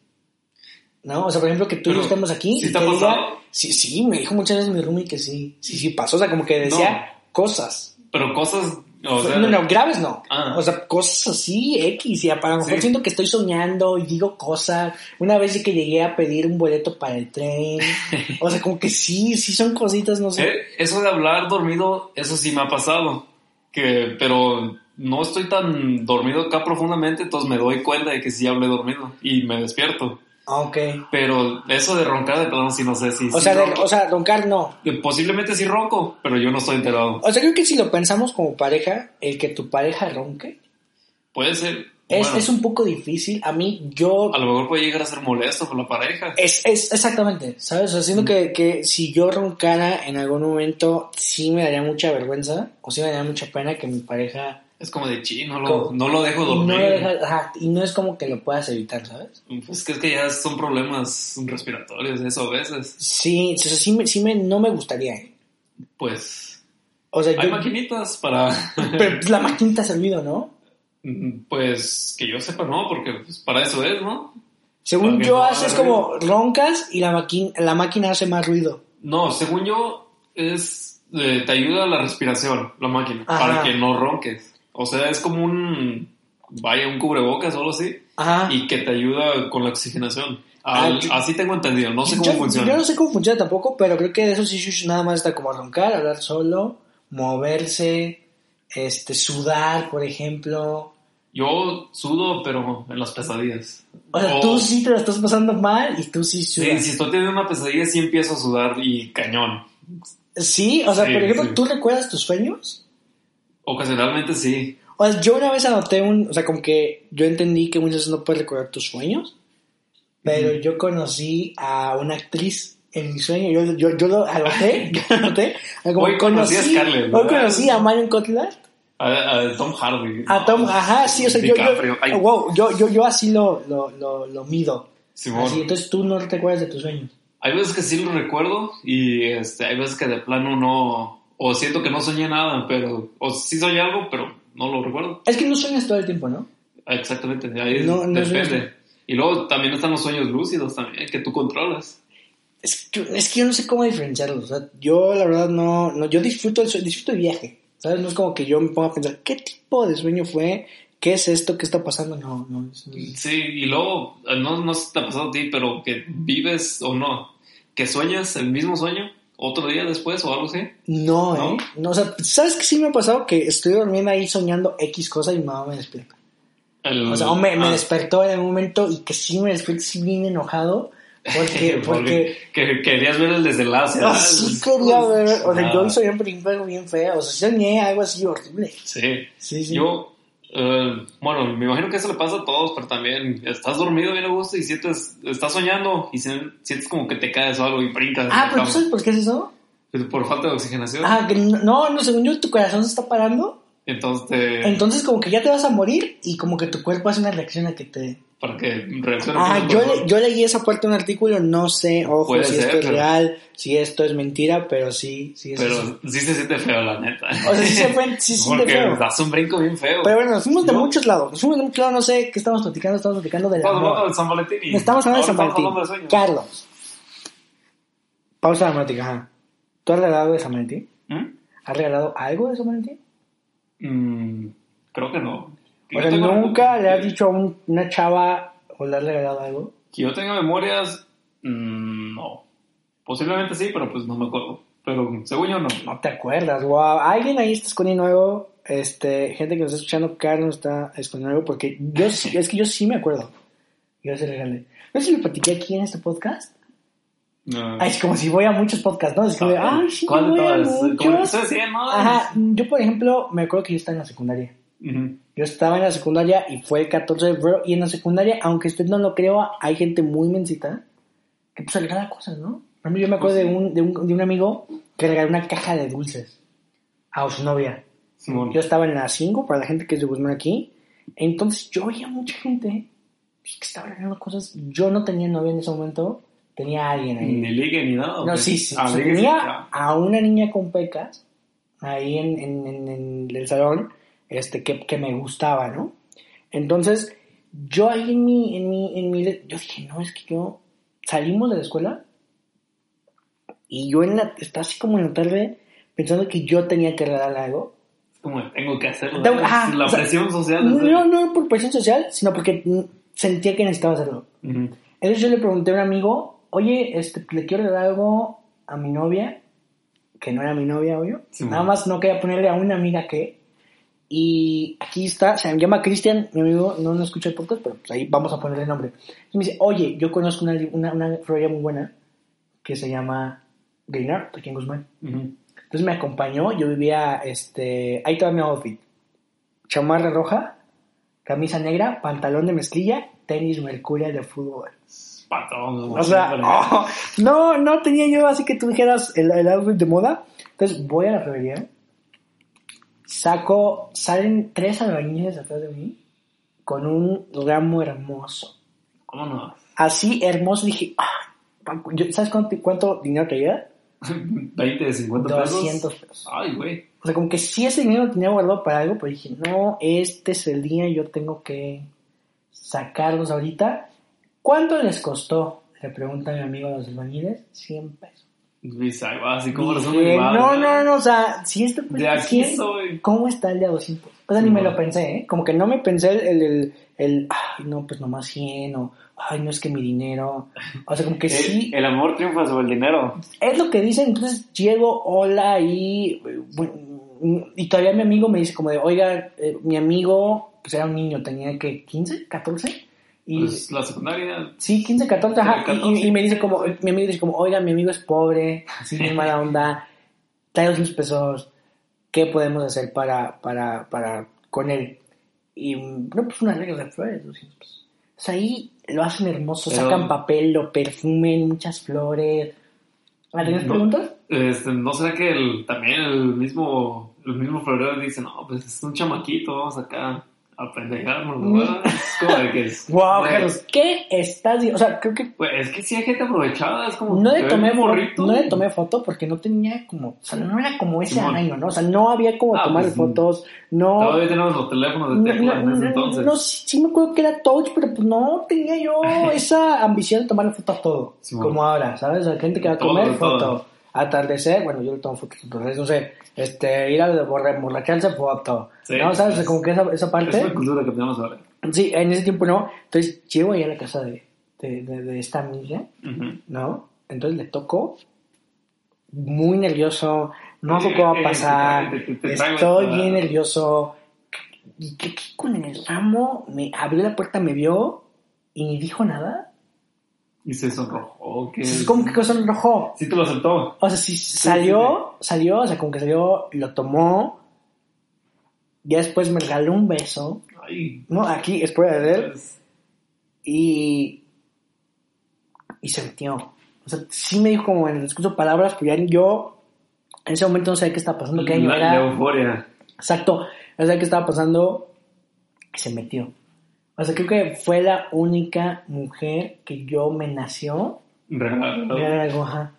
¿No? O sea, por ejemplo, que tú y yo Pero, estemos aquí. ¿sí y te ha que diga- pasado? Sí, sí, me dijo muchas veces mi roomie que sí. Sí, sí, pasó. O sea, como que decía cosas. pero cosas, o sea, no, no, graves no. Ah. O sea, cosas así, X. Y a para lo mejor Sí. siento que estoy soñando y digo cosas. Una vez sí que llegué a pedir un boleto para el tren. o sea, como que sí, sí son cositas, no sé. eh, eso de hablar dormido, eso sí me ha pasado, que, pero no estoy tan dormido acá profundamente, entonces me doy cuenta de que sí hablé dormido y me despierto. Ok. Pero eso de roncar de plano sí no sé si... O si sea, de- ronco. o sea, roncar no. Eh, posiblemente sí ronco, pero yo no estoy enterado. O sea, creo que si lo pensamos como pareja, el que tu pareja ronque, Puede ser. Es, Bueno. es un poco difícil. A mí, yo. A lo mejor puede llegar a ser molesto por la pareja. Es, es exactamente, ¿sabes? Mm. Haciendo que, que si yo roncara en algún momento, sí me daría mucha vergüenza o sí me daría mucha pena que mi pareja Es como de chi, no lo, Como- no lo dejo dormir. No lo deja- ajá, y no es como que lo puedas evitar, ¿sabes? Pues que es que ya son problemas respiratorios, eso a veces. Sí, o sea, sí, me, sí me, no me gustaría. ¿eh? Pues O sea, hay yo- maquinitas para... pero pues, la maquinita ha servido, ¿no? pues que yo sepa, ¿no? Porque pues, para eso es, ¿no? Según Porque yo, no haces hace como roncas y la, maquin- la máquina hace más ruido. No, según yo, es eh, te ayuda la respiración, la máquina, Ajá. para que no ronques. O sea, es como un... Vaya, un cubrebocas o algo así. Ajá. Y que te ayuda con la oxigenación. Al- Ah, yo- así tengo entendido, no sé yo, cómo yo funciona. no sé cómo funciona tampoco, pero creo que de esos issues nada más está como roncar, hablar solo, moverse, este, sudar, por ejemplo. Yo sudo, pero en las pesadillas. O sea, O- tú sí te la estás pasando mal y tú sí Sí, sudas. si estoy teniendo una pesadilla, sí empiezo a sudar y cañón. Sí, o sea, Sí, por ejemplo, sí. ¿tú recuerdas tus sueños? Ocasionalmente sí. O sea, yo una vez anoté un, o sea, como que yo entendí que muchas veces no puedes recordar tus sueños, pero yo conocí a una actriz en mi sueño, yo, yo, yo lo anoté, yo anoté, como Hoy conocí a Scarlett, hoy ¿verdad? conocí a Marion Cotillard, A, a Tom Hardy. a Tom, ajá, sí, o sea, yo, DiCaprio. pues, Ay. yo, wow, yo, yo, yo así lo, lo, lo, lo mido, Simón. así, entonces tú no te acuerdas de tus sueños. Hay veces que sí lo recuerdo y este, hay veces que de plano no. O siento que no soñé nada, pero. O sí soñé algo, pero no lo recuerdo. Es que no sueñas todo el tiempo, ¿no? Exactamente. Ahí No, no es depende. lúcido. y luego también están los sueños lúcidos también, que tú controlas. Es que, es que yo no sé cómo diferenciarlos. O sea, yo la verdad no, no yo disfruto el sue- disfruto el viaje. ¿Sabes? No es como que yo me ponga a pensar, ¿qué tipo de sueño fue? ¿Qué es esto? ¿Qué está pasando? No, no. es- Sí, y luego, no, no sé si te ha pasado a ti, pero que vives o no. Que sueñas el mismo sueño otro día después o algo así. No, ¿No? ¿eh? No, o sea, ¿sabes qué sí me ha pasado? Que estoy durmiendo ahí soñando X cosa y mi mamá me despierta. El- O sea, o me, me ah, despertó en algún momento y que sí me despierto sí bien enojado. Porque, porque, porque, que querías ver el desenlace. no, ¿verdad? sí quería ver, o sea, Ah, yo soñé, por ejemplo, algo bien feo, o sea, soñé algo así horrible. Sí. Sí, sí. Yo, eh, bueno, me imagino que eso le pasa a todos, pero también estás dormido bien a gusto y sientes, estás soñando y se- sientes como que te caes o algo y brincas. en ah, la pero ¿tú cama. ¿sabes por qué es eso? Por falta de oxigenación. Ah, que no, no, según yo tu corazón se está parando, Entonces, te- entonces como que ya te vas a morir y como que tu cuerpo hace una reacción a que te... para que reaccione. Ah, tu yo, cuerpo. le- yo leí esa parte de un artículo, no sé, ojo, Puede si ser, esto es pero- real, si esto es mentira, pero sí, sí es eso. Pero sí se siente feo, la neta. O sea, sí se fue- sí se siente Porque feo. das un brinco bien feo. Pero bueno, nos fuimos de Yo- muchos lados, nos fuimos de muchos lados, no sé qué estamos platicando, estamos platicando de Estamos hablando la... de San Valentín y Estamos hablando de San ahora Valentín. hablando de sueños. Carlos. Pausa dramática, ajá. ¿Tú has regalado algo de San Valentín? ¿Mm? ¿Has regalado algo de San Valentín? Mm, creo que no. Que O yo sea, tengo- nunca le has dicho a un- una chava o le has regalado algo. Que yo tenga memorias, mm, no. Posiblemente sí, pero pues no me acuerdo. Pero según yo no. No te acuerdas, wow. Alguien ahí está escondiendo algo. Este, gente que nos está escuchando, Carlos está escondiendo algo porque yo sí- es que yo sí me acuerdo. Yo se regalé. No sé si lo platiqué aquí en este podcast. No. Ay, es como si voy a muchos podcasts, ¿no? Es que, Ah, ay, sí, yo voy a ¿Cómo muchos. se decía, no? Ajá, yo por ejemplo, me acuerdo que yo estaba en la secundaria. Ujú. Yo estaba en la secundaria y fue el 14 de febrero. Y en la secundaria, aunque usted no lo crea, hay gente muy mensita que pues regala cosas, ¿no? Por ejemplo, yo me acuerdo de un, de, un, de un amigo que regaló una caja de dulces a su novia. Simón. Yo estaba en la 5, para la gente que es de Guzmán aquí. Entonces yo veía mucha gente que estaba regalando cosas. Yo no tenía novia en ese momento, tenía a alguien ahí. Ni ligue ni nada. ¿o No, qué? sí, sí. Ah, O sea, ligue sí, tenía ya. a una niña con pecas ahí en, en- en- en el salón este, que, que me gustaba, ¿no? Entonces, yo ahí en mi, en mi, en mi, yo dije, no, es que yo salimos de la escuela y yo en la, estaba así como en la tarde pensando que yo tenía que regalar algo. Es como, tengo que hacerlo. Tengo- ¿no? ajá, la ah, o sea, presión social. es de- No, no por presión social, sino porque mm, sentía que necesitaba hacerlo. Ujú. Entonces yo le pregunté a un amigo, oye, este, le quiero dar algo a mi novia, que no era mi novia, obvio. Sí, Nada bueno. más no quería ponerle a una amiga que. Y aquí está, se llama Cristian, mi amigo, no no escucha el podcast, pero pues ahí vamos a ponerle nombre. Y me dice, oye, yo conozco una, una, una florera muy buena que se llama Gaynard, aquí en Guzmán. Ujú. Entonces me acompañó, yo vivía, este, ahí estaba mi outfit. Chamarra roja, camisa negra, pantalón de mezclilla, tenis Mercurio de fútbol. Patón, O sea, oh, no, no tenía yo así que tú dijeras el, el outfit de moda. Entonces voy a la ferrería, saco, salen tres albañiles atrás de mí con un ramo hermoso. ¿Cómo no? Así hermoso dije, "Ah, Paco", yo- ¿sabes cuánto, cuánto dinero traía? 20 de 50 pesos. 200 pesos. Ay, güey. O sea, como que sí ese dinero lo tenía guardado para algo, pero dije, no, este es el día, yo tengo que sacarlos ahorita. ¿Cuánto les costó? Le pregunta mi amigo a los albañiles, 100 pesos. Luis, ay, va, así como Dije, resumen de madre. no, no, no, o sea, si este De cuesta aquí 100, soy. ¿cómo está el de a 200? O sea, ni No. me lo pensé, ¿eh? Como que no me pensé el, el, el, el, ay, no, pues nomás 100, o, ay, no, es que mi dinero. O sea, como que El- sí, El amor triunfa sobre el dinero. es lo que dicen, entonces llego, hola, y, eh, bueno, y todavía mi amigo me dice como de, oiga, eh, mi amigo, pues era un niño, tenía que 15, 14, y... Pues la secundaria. Sí, 15, 14, ajá. y- 14. Y, y me dice como, mi amigo dice como, oiga, mi amigo es pobre, así bien mala onda, trae unos pesos, ¿qué podemos hacer para, para, para, con él? Y, no, pues una regla de flores, 200 pesos. O sea, ahí lo hacen hermoso, Pero- sacan papel, lo perfumen, muchas flores. ¿Ah, ¿Tienes No. preguntas? Este, no será que el, también el mismo, el mismo florero dice, no, pues es un chamaquito, vamos acá a pendejarnos, Mm. ¿verdad? Es como de que es. Wow, güey, Carlos, ¿qué estás di- O sea, creo que güey, es que sí hay gente aprovechada, es como. no que le te tomé ven foto, morrito. no le tomé foto porque no tenía como, o sea, no era como ese Simón. año, ¿no? O sea, no había como Ah, tomar pues, fotos, no. Todavía tenemos los teléfonos de No, tecla en no, ese no, entonces. no, sí, sí me acuerdo que era touch, pero pues no tenía yo esa ambición de tomar foto a todo. Sí, bueno. como ahora, ¿sabes? La gente que va a Todo, comer todo. foto. Atardecer, bueno, yo le tomo fotos, entonces, no sé, este, ir a borrar, borracharse foto. Sí. pues, ¿No? ¿Sabes? O sea, como que esa, esa Es parte. una cultura que tenemos ahora. Sí, en ese tiempo no. Entonces llego ahí a la casa de, de, de- de esta amiga, Ujú. ¿no? Entonces le toco, muy nervioso, no sé qué va Eh, a eh, pasar, te- te- te traigo estoy esta- bien nervioso. Y que que con el ramo me abrió la puerta, me vio y ni dijo nada. Eh, Y se sonrojó. Que Es como que cosa lo enojó. Sí te lo aceptó. O sea, si salió, salió, o sea, como que salió, lo tomó. Ya después me regaló un beso. Ay. No, aquí, es prueba de él. pues, Y. Y se metió. O sea, sí me dijo como en el discurso palabras, pero ya yo en ese momento no sabía qué estaba pasando, qué año la, era. la euforia. Exacto, no sabía qué estaba pasando. Y se metió. O sea, creo que fue la única mujer que yo me nació. Regalo. Era algo, ajá.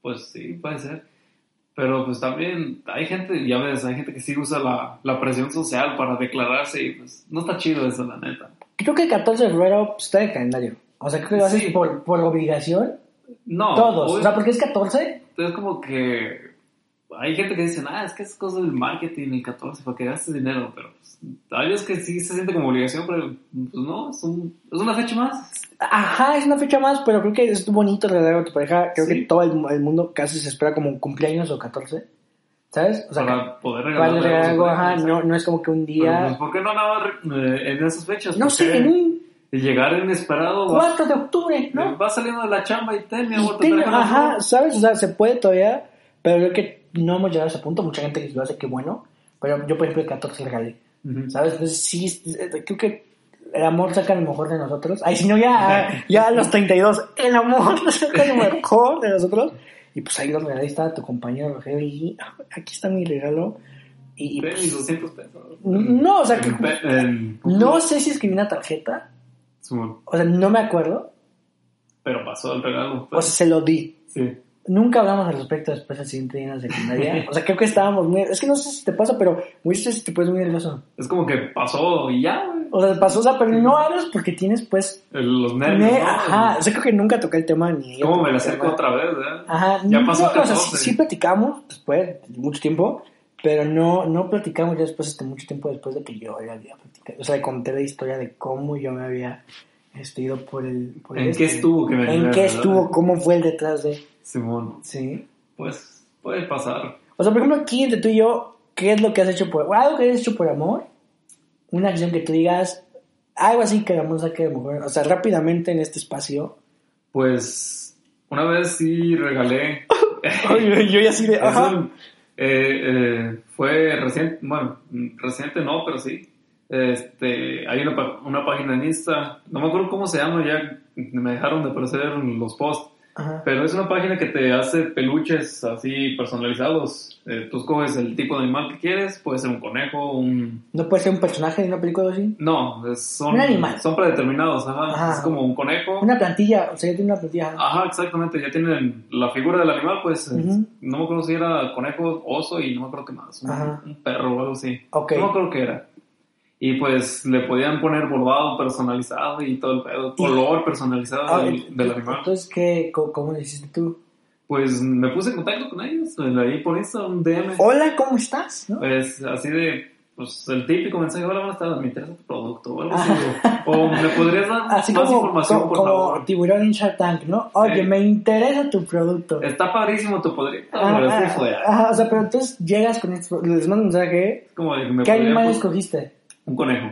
Pues sí, puede ser. Pero pues también hay gente, ya ves, hay gente que sí usa la, la presión social para declararse y pues no está chido eso, la neta. Creo que el 14 de febrero pues, está en el calendario. O sea, creo que lo haces Sí. por, por obligación. No, pues. Todos. obvio, O sea, porque es 14. es como que hay gente que dice, ah, es que es cosa del marketing el 14 para que gastes dinero, pero pues, hay veces que sí se siente como obligación, pero pues no, es, un- es una fecha más. Ajá, es una fecha más, pero creo que es bonito regalar a tu pareja. Creo Sí. que todo el, el mundo casi se espera como un cumpleaños o 14. ¿Sabes? O sea, que- para poder para regalar regalar algo, ajá, Pero, no, no es como que un pues, día. ¿Por qué no nada eh, en esas fechas? No ¿Por sé, qué en un Llegar inesperado, vas, 4 de octubre, ¿no? vas saliendo de la chamba y te, mi Y amor, te tengo- traigo unas ajá, ¿sabes? O sea, se puede todavía, pero creo que no hemos llegado a ese punto. Mucha gente lo hace, que bueno. Pero yo, por ejemplo, el 14 regalé, Ujú. ¿sabes? Entonces, sí, es- es- creo que el amor saca lo mejor de nosotros. Ay, si no, ya, ya a los 32, el amor saca lo mejor de nosotros. Y pues ahí lo regalé, ahí estaba tu compañero Rogelio. Y ah, aquí está mi regalo. Y, y, Ve, mis pues, 200 pesos. no, o sea, que- En pe- en- no sé si escribí una tarjeta, su- o sea, no me acuerdo. Pero pasó el regalo. pues. O sea, se lo di. sí. Nunca hablamos al respecto después del siguiente día en la secundaria. O sea, creo que estábamos muy... Es que no sé si te pasa, pero muy si te pones muy nervioso. Es como que pasó y ya, güey. O sea, pasó, o sea, pero no hablas porque tienes, pues... El- Los ne- nervios. ¿no? Ajá, Ah. o sea, creo que nunca toqué el tema ni... ella ¿Cómo tocó me el la acerco tema. otra vez, eh? Ajá, Ya no, pasó o sea, 14. sí, sí platicamos después, de mucho tiempo, pero no, no platicamos ya después, este, mucho tiempo después de que yo ya había platicado. O sea, le conté la historia de cómo yo me había este, ido por el... por ¿En este- qué estuvo que me ¿En ayudaste, qué verdad? estuvo? ¿Cómo fue el detrás de...? Simón, Sí. pues puede pasar. O sea, por ejemplo, aquí entre tú y yo, ¿qué es lo que has hecho por... o algo que has hecho por amor? Una acción que tú digas, algo así que el amor saque de mujer. O sea, rápidamente en este espacio. Pues una vez sí regalé. yo ya así de... Es un- eh, eh, fue reciente, bueno, mm, reciente no, pero sí. Este, hay una, una página en Insta, no me acuerdo cómo se llama, ya me dejaron de aparecer los posts, Ajá. pero es una página que te hace peluches así personalizados. Eh, tú escoges el tipo de animal que quieres, puede ser un conejo, un... ¿No puede ser un personaje de una película así? No, es- son, Un animal. son predeterminados, ajá. Ajá. Es como un conejo. Una plantilla, o sea, ya tiene una plantilla. ajá. Ajá, exactamente, ya tienen la figura del animal, pues Ujú. no me acuerdo si era conejo, oso y no me acuerdo qué más, un, Ajá. un perro o algo así. Ok. No me acuerdo qué era. Y pues le podían poner bordado personalizado y todo el pedo, Y- color personalizado Ah, del, del animal. Entonces, ¿qué, Co- ¿cómo le hiciste tú? Pues me puse en contacto con ellos, le ahí por Insta, un DM. Hola, ¿cómo estás? ¿No? Pues así de, pues el típico mensaje, hola, buenas tardes, me interesa tu producto o algo así. o o me podrías dar Ah. Así más como, información, co- por como favor. tiburón en Shark Tank, ¿no? Oye, Sí. me interesa tu producto. Está padrísimo tu producto, Ah, pero ah, así fue. ajá, o sea, pero entonces llegas con estos, les mando un mensaje. Como de que me ¿Qué podrían pues, animal pos- escogiste? Un conejo.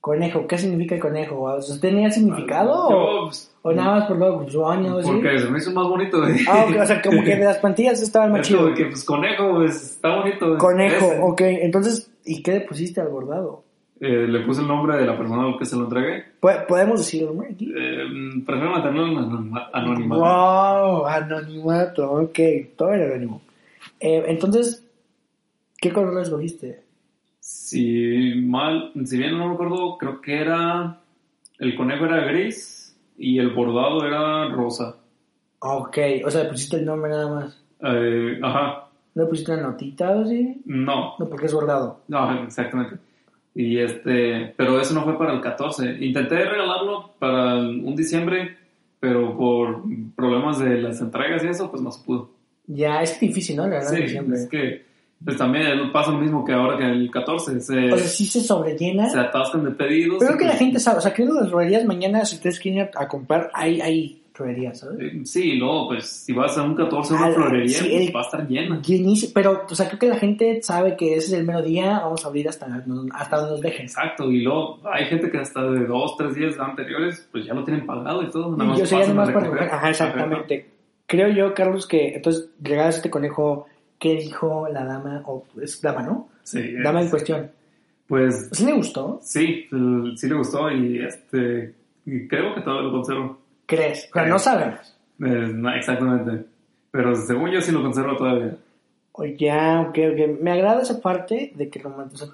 Conejo, ¿qué significa el conejo? O sea, ¿Tenía significado? Yo, o, pues, o nada más por luego, pues, o algo así? Porque se me hizo más bonito. güey. Ah, ok, o sea, como que de las plantillas estaban más Es como chido. que, pues, conejo, pues, está bonito. güey. Conejo, Ese. ok. Entonces, ¿y qué le pusiste al bordado? Eh, le puse el nombre de la persona a la que se lo entregué. Pu- ¿Podemos decirlo ¿no? aquí? Eh, prefiero mantenerlo en anonima- anonimato. Wow, anonimato, ok, todo era anónimo. Eh, entonces, ¿qué color lo escogiste? Si mal, si bien no me acuerdo, creo que era. El conejo era gris y el bordado era rosa. Ok, o sea, le pusiste el nombre nada más. Eh, ajá, ¿No le pusiste una notita o así? no, No, porque es bordado. no, exactamente. Y este, pero eso no fue para el 14. Intenté regalarlo para el- un diciembre, pero por problemas de las entregas y eso, pues no se pudo. Ya, es difícil, ¿no? La verdad, Sí, siempre. es que pues también pasa lo mismo que ahora que el 14. Se, O sea, sí se sobrellena. se atascan de pedidos. pero Pues, creo que y- pues, la gente sabe, o sea, creo que las roderías mañana, si ustedes quieren ir a comprar, hay, hay roderías, ¿sabes? Eh, Sí, no, pues si vas a un 14 a Ah, una florería, sí, pues, el- va a estar llena. Llenísimo, pero, o sea, creo que la gente sabe que ese es el mero día, vamos a abrir hasta, hasta donde nos dejen. Exacto, y luego hay gente que hasta de dos, tres días anteriores, pues ya lo tienen pagado y todo. yo sería pasan a nomás para recoger. recoger. Ajá, exactamente. Creo yo, Carlos, que entonces llegaba este conejo, ¿qué dijo la dama? O es dama, ¿no? Sí, eh, Dama en cuestión. pues Sí me gustó, sí, el- sí le gustó y este y creo que todavía lo conservo. ¿crees? O sea, no sabemos. Eh, no, exactamente. Pero según yo sí lo conservo todavía. O ya, ok, ok. Me agrada esa parte de que romántico.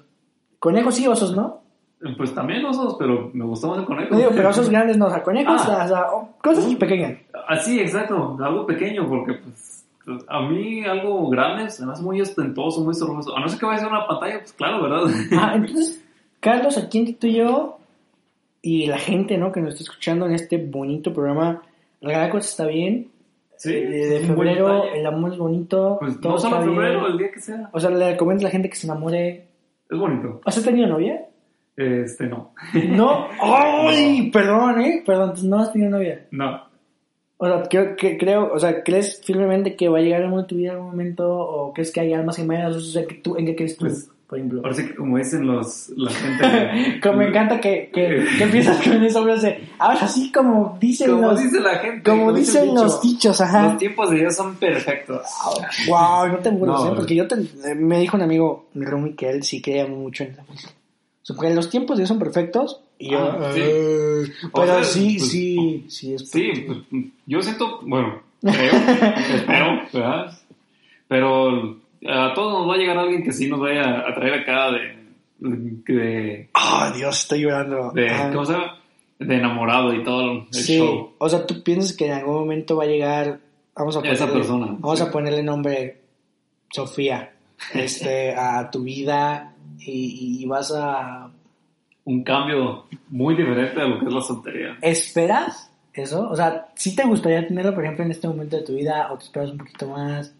conejos y osos, ¿no? Eh, Pues también osos, pero me gustó más el conejo. No digo, pero osos grandes no, o sea, conejos, Ah. o sea, o cosas pequeñas. Así, exacto, algo pequeño, porque pues a mí algo grande se me hace muy ostentoso, muy sorboso. A no ser que vaya a ser una pantalla, pues claro, ¿verdad? Ah, entonces, Carlos, aquí entre tú y yo y la gente, ¿no? Que nos está escuchando en este bonito programa, Regalar Cosas está bien. Sí, de, de es un buen febrero, detalle. el amor es bonito. Pues todo no solo está febrero, bien. el día que sea. O sea, le recomiendo a la gente que se enamore. Es bonito. ¿Has tenido novia? Este, no. No. ¡Ay! Perdón, ¿eh? Perdón, entonces no has tenido novia. No. O sea, creo, que, creo, o sea, ¿crees firmemente que va a llegar el momento de tu vida en algún momento? ¿O crees que hay almas gemelas? O sea, que tú, ¿en qué crees tú, Pues, por ejemplo? Ahora sí que como dicen los, la gente... Como me encanta que, que, que empiezas con esa frase. Ahora sí, como dicen Como los, dice la gente. como dicen dice el los dicho, dichos, ajá. Los tiempos de ellos son perfectos. Wow, no te burles, No, ¿eh? porque yo te- eh, me dijo un amigo, mi roomie, que él sí creía mucho en la música. O sea, porque los tiempos de ellos son perfectos. Y yo, Ah, sí. eh, pero O sea, sí, pues, sí, sí, es Sí, pues, yo siento, bueno, creo, espero, ¿verdad? Pero a todos nos va a llegar alguien que sí nos vaya a traer acá de, de, Ah, Dios, estoy llorando. de- Ajá. ¿cómo se llama? De enamorado y todo el Ah. sí, show. o sea, tú piensas que en algún momento va a llegar, vamos a ponerle, Esa persona. vamos a ponerle nombre Sofía, este, a tu vida y, y vas a Un cambio muy diferente a lo que es la soltería. ¿Esperas eso? O sea, si te gustaría tenerlo, por ejemplo, en este momento de tu vida o te esperas un poquito más?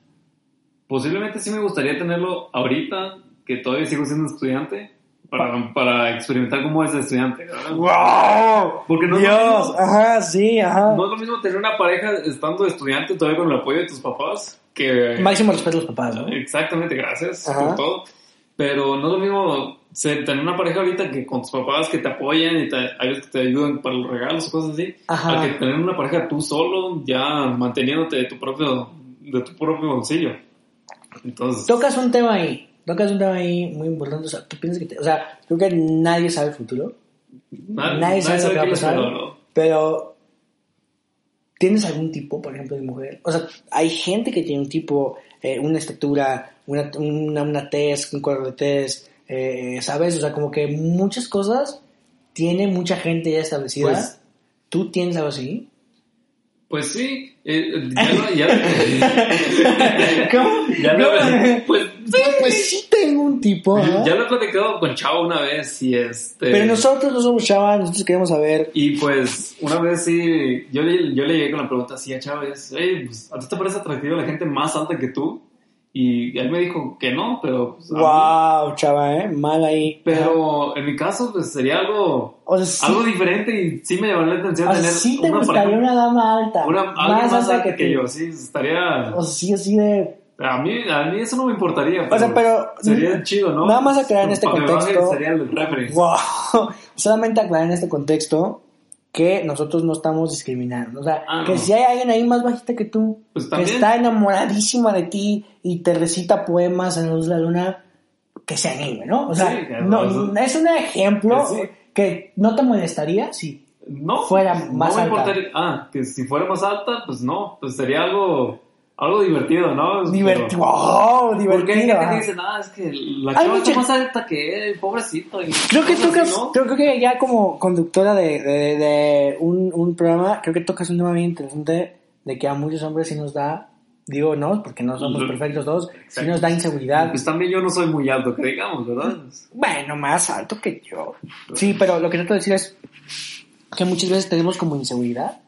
Posiblemente sí me gustaría tenerlo ahorita, que todavía sigo siendo estudiante, para, para experimentar cómo es estudiante. ¿verdad? ¡Wow! Porque no es lo Dios, mismo. ajá, sí, ajá. No es lo mismo tener una pareja estando estudiante todavía con el apoyo de tus papás que... Máximo respeto a los papás, ¿no? Exactamente, gracias Ajá. por todo. Pero no es lo mismo ser- tener una pareja ahorita que con tus papás que te apoyan y te, hay veces que te ayudan para los regalos o cosas así. Ajá. A que tener una pareja tú solo, ya manteniéndote de tu propio, de tu propio bolsillo. Entonces, Tocas un tema ahí tocas un tema ahí muy importante. O sea, ¿qué piensas que te.? O sea, creo que nadie sabe el futuro. Nad- Nadie, sabe, lo que va a qué les pasar. espera, ¿no? Pero. ¿Tienes algún tipo, por ejemplo, de mujer? O sea, hay gente que tiene un tipo, eh, una estatura, una, una, una tez, un cuadro de tez, eh, ¿sabes? O sea, como que muchas cosas tiene mucha gente ya establecida. Pues- ¿Tú tienes algo así? Pues sí, eh, eh, ya lo, ya, ¿Cómo? ya lo- pues, Pues, pues sí tengo un tipo, ¿ah? ya lo he platicado con Chavo una vez y este... Pero nosotros no somos chavas, nosotros queremos saber. Y pues una vez sí, yo le, yo le llegué con la pregunta así a Chávez, "Ey, pues, ¿a ti te parece atractiva la gente más alta que tú? Y él me dijo que no, pero... pues, a mí- Wow, chava, ¿eh? Mal ahí. Pero en mi caso pues sería algo, O sea, sí, algo diferente y sí me llamaría la atención o sea, tener sí te una gustaría pareja- una dama alta. una- alguien más, alta que, tú. yo, sí, estaría... O sea, sí, así de. A mí, a mí eso no me importaría. O sea, pero. Mm, Sería chido, ¿no? Pues, Nada más aclarar en este Para que contexto. baje, Sería el refri. Wow. Solamente aclarar en este contexto que nosotros no estamos discriminando. O sea, Ah, que no. si hay alguien ahí más bajita que tú, Pues que también. está enamoradísima de ti y te recita poemas en la luz de la luna, que se anime, ¿no? O sea, Sí, que no, no, es un ejemplo Que sí. que no te molestaría si No. fuera pues, más no me alta. importaría. Ah, que si fuera más alta, pues no. Pues sería algo, algo divertido, ¿no? divertido. Pues, Pero- ¡Wow! Porque hay divertido. gente que ajá. dice, ah, es que la Hay chava mucha- está más alta que él, pobrecito. y Creo que cosas tocas, así, ¿no? creo, creo que ya como conductora de, de- de un, un programa, creo que tocas un tema bien interesante de que a muchos hombres sí nos da, digo no, porque no somos Ujú. perfectos todos, sí Exacto. nos da inseguridad. Pues también yo no soy muy alto, que digamos, ¿verdad? Bueno, más alto que yo. Sí, pero lo que trato de decir es que muchas veces tenemos como inseguridad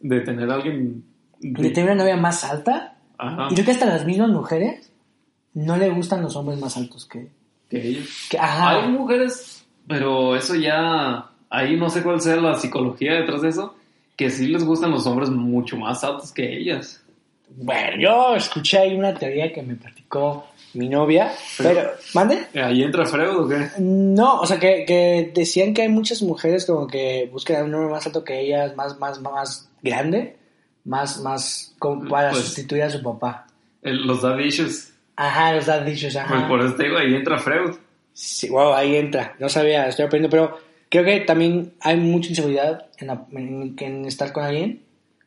De tener a alguien. de tener una novia más alta Ajá. y creo que hasta las mismas mujeres no le gustan los hombres más altos que... Que ellos. que ajá. Hay mujeres, pero eso ya. Ahí no sé cuál sea la psicología detrás de eso. Que sí les gustan los hombres mucho más altos que ellas. Bueno, yo escuché ahí una teoría que me platicó mi novia, pero... ¿Mande? ¿Ahí entra Freud o qué? No, o sea, que, que decían que hay muchas mujeres como que buscan a un hombre más alto que ellas, más, más, más grande, más, más, como para Pues- sustituir a su papá. El- los daddy issues. Ajá, los has dicho, Pues ajá. por eso te digo, ahí entra Freud. Sí, wow, ahí entra. No sabía, estoy aprendiendo, pero creo que también hay mucha inseguridad en, la- en- en estar con alguien,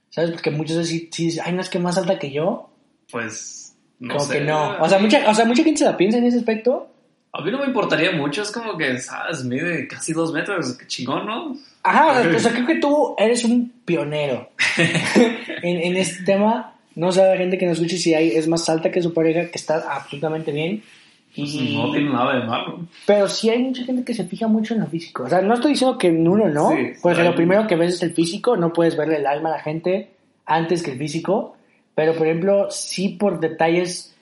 ¿sabes? Porque muchas veces sí, sí dicen, ay, no, es que más alta que yo, Pues. No como sé. que no. O sea, mucha, o sea, mucha gente se la piensa en ese aspecto. A mí no me importaría mucho, es como que, ¿sabes? Mide casi dos metros, qué chingón, ¿no? Ajá, o sea, o sea, creo que tú eres un pionero en, en este tema. No sé, la gente que nos escuche si hay, es más alta que su pareja, que está absolutamente bien. Y- Pues, No tiene nada de malo. pero sí hay mucha gente que se fija mucho en lo físico. O sea, no estoy diciendo que en uno no, Sí, porque hay- lo primero que ves es el físico, no puedes verle el alma a la gente antes que el físico. Pero, por ejemplo, sí por detalles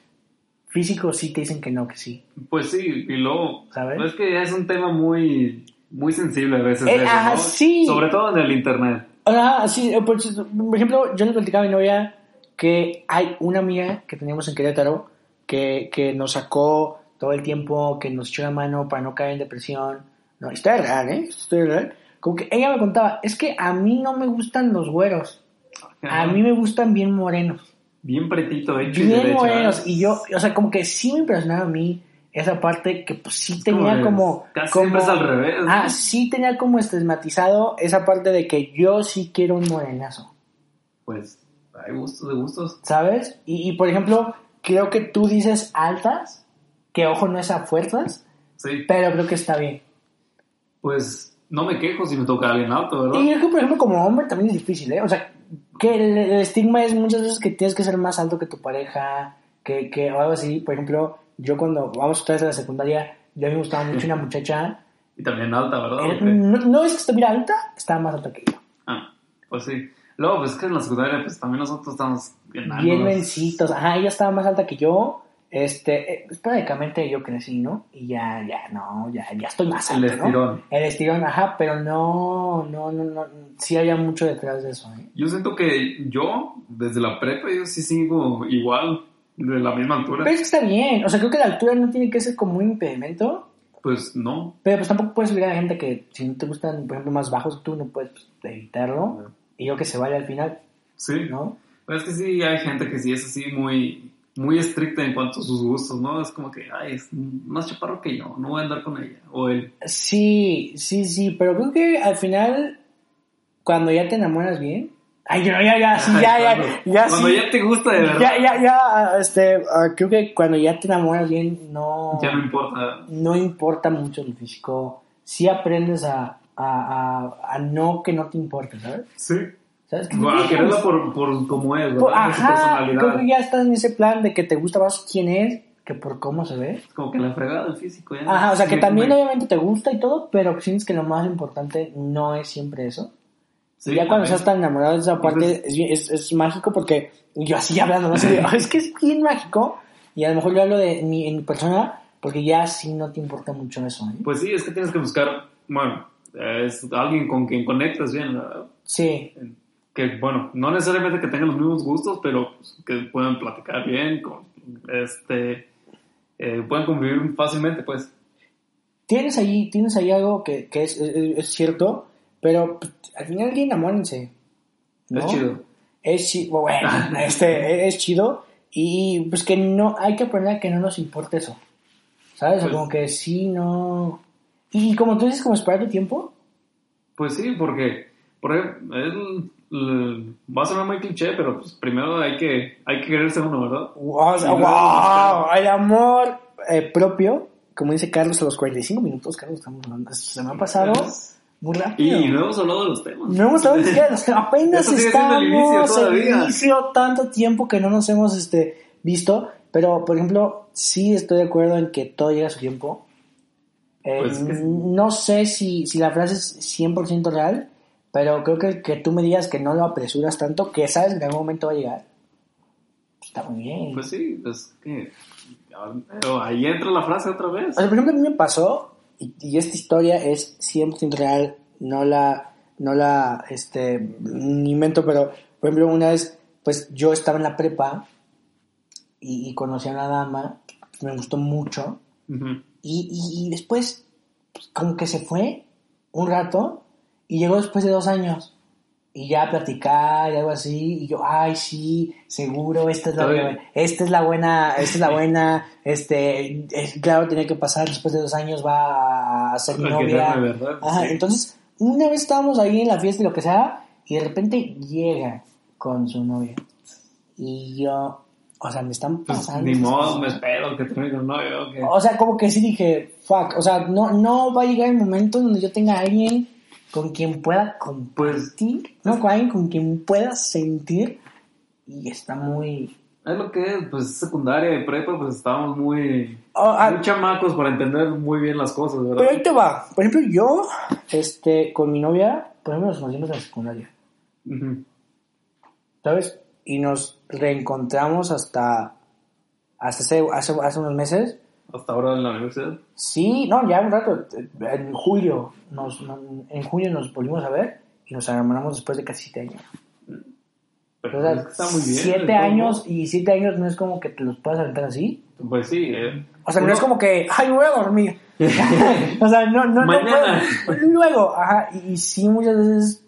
físicos sí te dicen que no, que sí. Pues sí, y luego. ¿Sabes? Es que es un tema muy. Muy sensible a veces. Eh, eso, ajá, ¿no? sí. Sobre todo en el internet. Ah, sí, eh, por, por ejemplo, yo le platicaba a mi novia que hay una amiga que teníamos en Querétaro que, que nos sacó todo el tiempo, que nos echó la mano para no caer en depresión. No, esto es real, ¿eh? Esto es real. Como que ella me contaba, es que a mí no me gustan los güeros, a mí me gustan bien morenos. Bien pretito, hecho y Bien derecho, morenos. ¿eh? Y yo, o sea, como que sí me impresionaba a mí esa parte que pues sí ¿Cómo tenía ves? como... Casi como- siempre es al revés. ¿no? Ah, sí tenía como estigmatizado esa parte de que yo sí quiero un morenazo. Pues hay gustos de gustos. ¿sabes? Y, y, por ejemplo, creo que tú dices altas, que ojo no es a fuerzas, Sí. pero creo que está bien. Pues no me quejo si me toca alguien alto, ¿verdad? Y creo que, por ejemplo, como hombre también es difícil, ¿eh? O sea, que el, el estigma es muchas veces que tienes que ser más alto que tu pareja, que, que o algo así. Por ejemplo, yo cuando vamos otra vez a la secundaria, yo a mí me gustaba mucho una muchacha. Y también alta, ¿verdad? Era- ¿O qué? no, no es que estuviera alta, estaba más alta que yo. Ah, pues sí. Luego, pues que en la secundaria, pues también nosotros estamos enanos. Bien mencitos. Ajá, ella estaba más alta que yo. Este, eh, prácticamente yo crecí, ¿no? Y ya, ya, no, ya, ya estoy más El alto, ¿no? estirón. El estirón, ajá, pero no, no, no, no, sí había mucho detrás de eso, ¿eh? Yo siento que yo, desde la prepa, yo sí sigo igual, de la misma altura. Pero es que está bien, o sea, creo que la altura no tiene que ser como un impedimento, Pues no. pero pues tampoco puedes subir a la gente que si no te gustan, por ejemplo, más bajos que tú, no puedes pues, evitarlo, y yo que se vale al final, Sí. ¿no? Pero es que sí hay gente que sí es así muy... muy estricta en cuanto a sus gustos, ¿no? Es como que, ay, es más chaparro que yo, no voy a andar con ella o él. Sí, sí, sí, pero creo que al final, cuando ya te enamoras bien, ay, no, ya, ya, Ah, sí, ya, ya, Cuando- ya, Cuando sí. ya te gusta de verdad, Ya, ya, ya, este, ah, creo que cuando ya te enamoras bien, no, ya no importa. no importa mucho el físico, sí aprendes a, a, a, a no que no te importe, ¿sabes? Sí. ¿Sabes? Bueno, a Creo que- quererla por, por como es, ¿verdad? Por- Por su ajá, creo personalidad. que ya estás en ese plan de que te gusta más quién es que por cómo se ve. Es como que la fregada del físico. Ya Ajá, o sea que Sí, también como- obviamente te gusta y todo, pero sientes que lo más importante no es siempre eso. Sí, ya cuando también. estás tan enamorado de esa parte Entonces- es, bien- es- es mágico porque yo así hablando, no sé, es que es bien mágico y a lo mejor yo hablo de mi, en mi persona porque ya sí no te importa mucho eso. ¿eh? Pues sí, es que tienes que buscar, bueno, eh, es alguien con quien conectas bien, ¿verdad? Sí, que bueno, no necesariamente que tengan los mismos gustos, pero pues, que puedan platicar bien, con, este, eh, puedan convivir fácilmente, pues. tienes ahí, tienes ahí algo que, que es, es- es cierto, pero pues, al final bien enamórense. ¿no? Es chido. Es chido, bueno, este, es chido y pues que no, hay que aprender a que no nos importe eso, ¿sabes? O Pues- como que sí, no... Y como tú dices, como esperar tu tiempo, Pues sí, porque, por ejemplo, es l- l- va a sonar muy cliché, pero pues primero hay que, hay que quererse uno, ¿verdad? Wow, o sea, Y luego, wow, el amor eh, propio, como dice Carlos, a los 45 minutos, Carlos, estamos hablando, se me ha pasado muy Y, rápido. y no hemos hablado de los temas. no hemos hablado ni siquiera, o sea, apenas Eso sigue siendo estamos el el inicio inicio, todavía. tanto tiempo que no nos hemos este, visto, pero por ejemplo, sí estoy de acuerdo en que todo llega a su tiempo. Eh, Pues es que- No sé si, si la frase es 100% real, pero creo que que tú me digas que no lo apresuras tanto, que sabes que en algún momento va a llegar, está muy bien. Pues sí, pues que... Pero ahí entra la frase otra vez. O sea, por ejemplo, a mí me pasó, y, y esta historia es 100% real, no la, no la, este, ni invento, pero, por ejemplo, una vez, pues yo estaba en la prepa y, y conocí a una dama, me gustó mucho, ah, Ujú. y, y- y después, pues, como que se fue un rato, y llegó después de dos años. Y ya a platicar y algo así, y yo, ay, sí, seguro, esta es la Está bien. buena, esta es la buena, esta es la buena, este, es- claro, tenía que pasar, después de dos años va a ser Hay que novia. quererme, ¿verdad? Ajá, Sí. entonces, una vez estábamos ahí en la fiesta y lo que sea, y de repente llega con su novia. Y yo, o sea, me están Pues, pasando. ni estas modo, cosas. me espero que termine un novio. que- O sea, como que sí dije, fuck, o sea, no, no va a llegar el momento donde yo tenga a alguien con quien pueda compartir, no, con alguien con quien pueda sentir y está muy... Es lo que es, pues secundaria y prepa, pues estábamos muy, Oh, ah, Pues, muy chamacos para entender muy bien las cosas, pero ¿verdad? ahí te va, por ejemplo, yo, este, con mi novia, por ejemplo, nos conocimos en la secundaria, Ujú. ¿sabes? Y nos reencontramos hasta, hasta hace, hace, hace unos meses. Hasta ahora en la universidad. Sí, no, ya un rato, en julio, nos, en julio nos volvimos a ver y nos enamoramos después de casi siete años. Pero O sea, es que está muy bien. pues, siete entonces, años y siete años no es como que te los puedas aventar así. Pues sí, eh. O sea, no, Uno- es como que, ay, voy a dormir. o sea, no, no, no Mañana. puedo. Luego, ajá, y, y sí muchas veces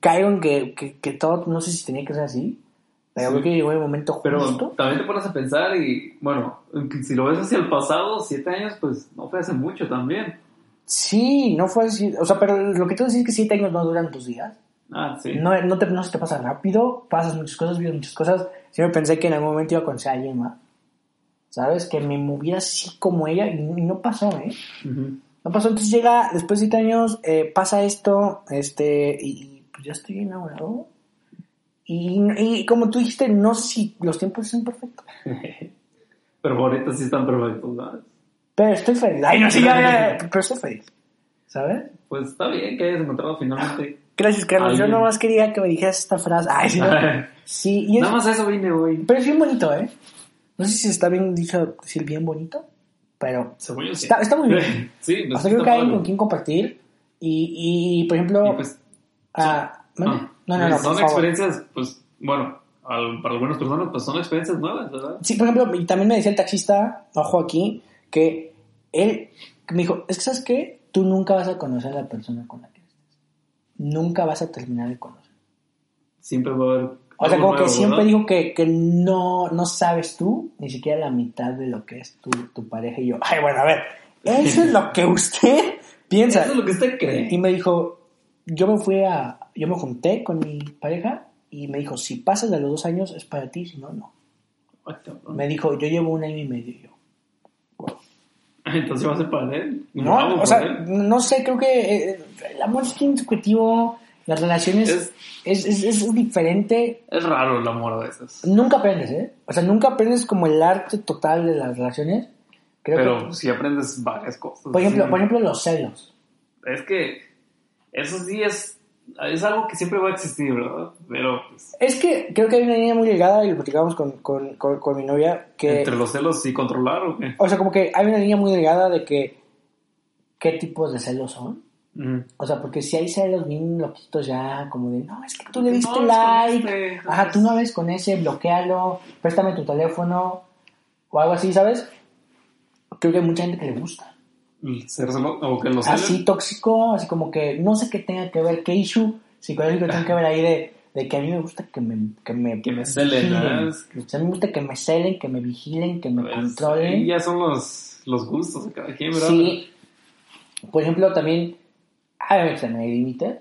caigo en que, que, que todo, no sé si tenía que ser así, pero Sí. creo que llegó el momento Pero justo. también te pones a pensar y, bueno, si lo ves hacia el pasado, siete años, pues no fue hace mucho también. Sí, no fue así. O sea, pero lo que te voy a decir es que siete años no duran tus días. Ah, sí. No, no, te, no se te pasa rápido, pasas muchas cosas, vives muchas cosas. Siempre pensé que en algún momento iba a conocer a alguien más. ¿Sabes? Que me moviera así como ella y, y no pasó, ¿eh? Ujú. No pasó. Entonces llega, después de siete años, eh, pasa esto, este, y, y, pues ya estoy enamorado. Y, y como tú dijiste, no sé si los tiempos son perfectos. Pero ahorita sí están perfectos, ¿sabes? Pero estoy feliz. Ay, no, sí, ya, ya, ya, pero estoy feliz. ¿Sabes? Pues está bien que hayas encontrado finalmente. Gracias, Carlos. Yo Alguien. nomás quería que me dijeras esta frase. Ay, sí, no. Sí, Ah, y es- Nada más eso vine hoy. Pero es bien bonito, ¿eh? No sé si está bien dicho decir bien bonito, pero Según yo sí. está, está muy bien. sí, O pues sea, creo que está hay con padre. quien compartir. Y, y por ejemplo, Y, pues, ah, ¿mande? Ah, no, no, no, pues, por Son favor. experiencias, pues, bueno, al- para algunas personas, pues son experiencias nuevas, ¿verdad? Sí, por ejemplo, y también me decía el taxista, ojo aquí, que él me dijo, es que sabes qué, tú nunca vas a conocer a la persona con la que estás. Nunca vas a terminar de conocer. Siempre va a haber O sea, Algo como que nuevo, siempre ¿no? digo que, que no, no sabes tú ni siquiera la mitad de lo que es tu, tu pareja. Y yo, ay, bueno, a ver, eso es lo que usted piensa. Eso es lo que usted cree. Y me dijo, yo me fui a, yo me junté con mi pareja y me dijo, si pasas de los dos años es para ti, si no, no. Ay, cabrón. Me dijo, yo llevo un año y medio. Y yo, Ay, Entonces va a ser para él. No, Bravo, o por sea, él. no sé, creo que eh, el amor es subjetivo, las relaciones Es- es, es- es diferente. es raro el amor a veces. Nunca aprendes, ¿eh? O sea, nunca aprendes como el arte total de las relaciones. Creo Pero que, si aprendes varias cosas. por ejemplo, sí. por ejemplo, los celos. Es que eso sí es, es algo que siempre va a existir, ¿verdad? Pero pues, Es que creo que hay una línea muy delgada, y lo platicamos con, con- con- con mi novia, que... entre los celos y controlar o qué. O sea, como que hay una línea muy delgada de que... ¿Qué tipos de celos son? Ujú. O sea, porque si hay celos bien loquitos ya, como de, no, es que tú le No, diste es con like, este. ajá, tú no ves con ese, bloquealo, préstame tu teléfono, o algo así, ¿sabes? Creo que hay mucha gente que le gusta. El Ser celo- o que los celos. Así tóxico, así como que no sé qué tenga que ver, qué issue psicológico tenga que ver ahí de, de que a mí me gusta que me, que me, Que me celen, vigilen. ¿verdad? Es que- O sea, a mí me gusta que me celen, que me vigilen, que me Pues, ahí controlen. ya son los, los gustos de cada quien, ¿verdad? Sí. Por ejemplo, también hay veces que no hay límites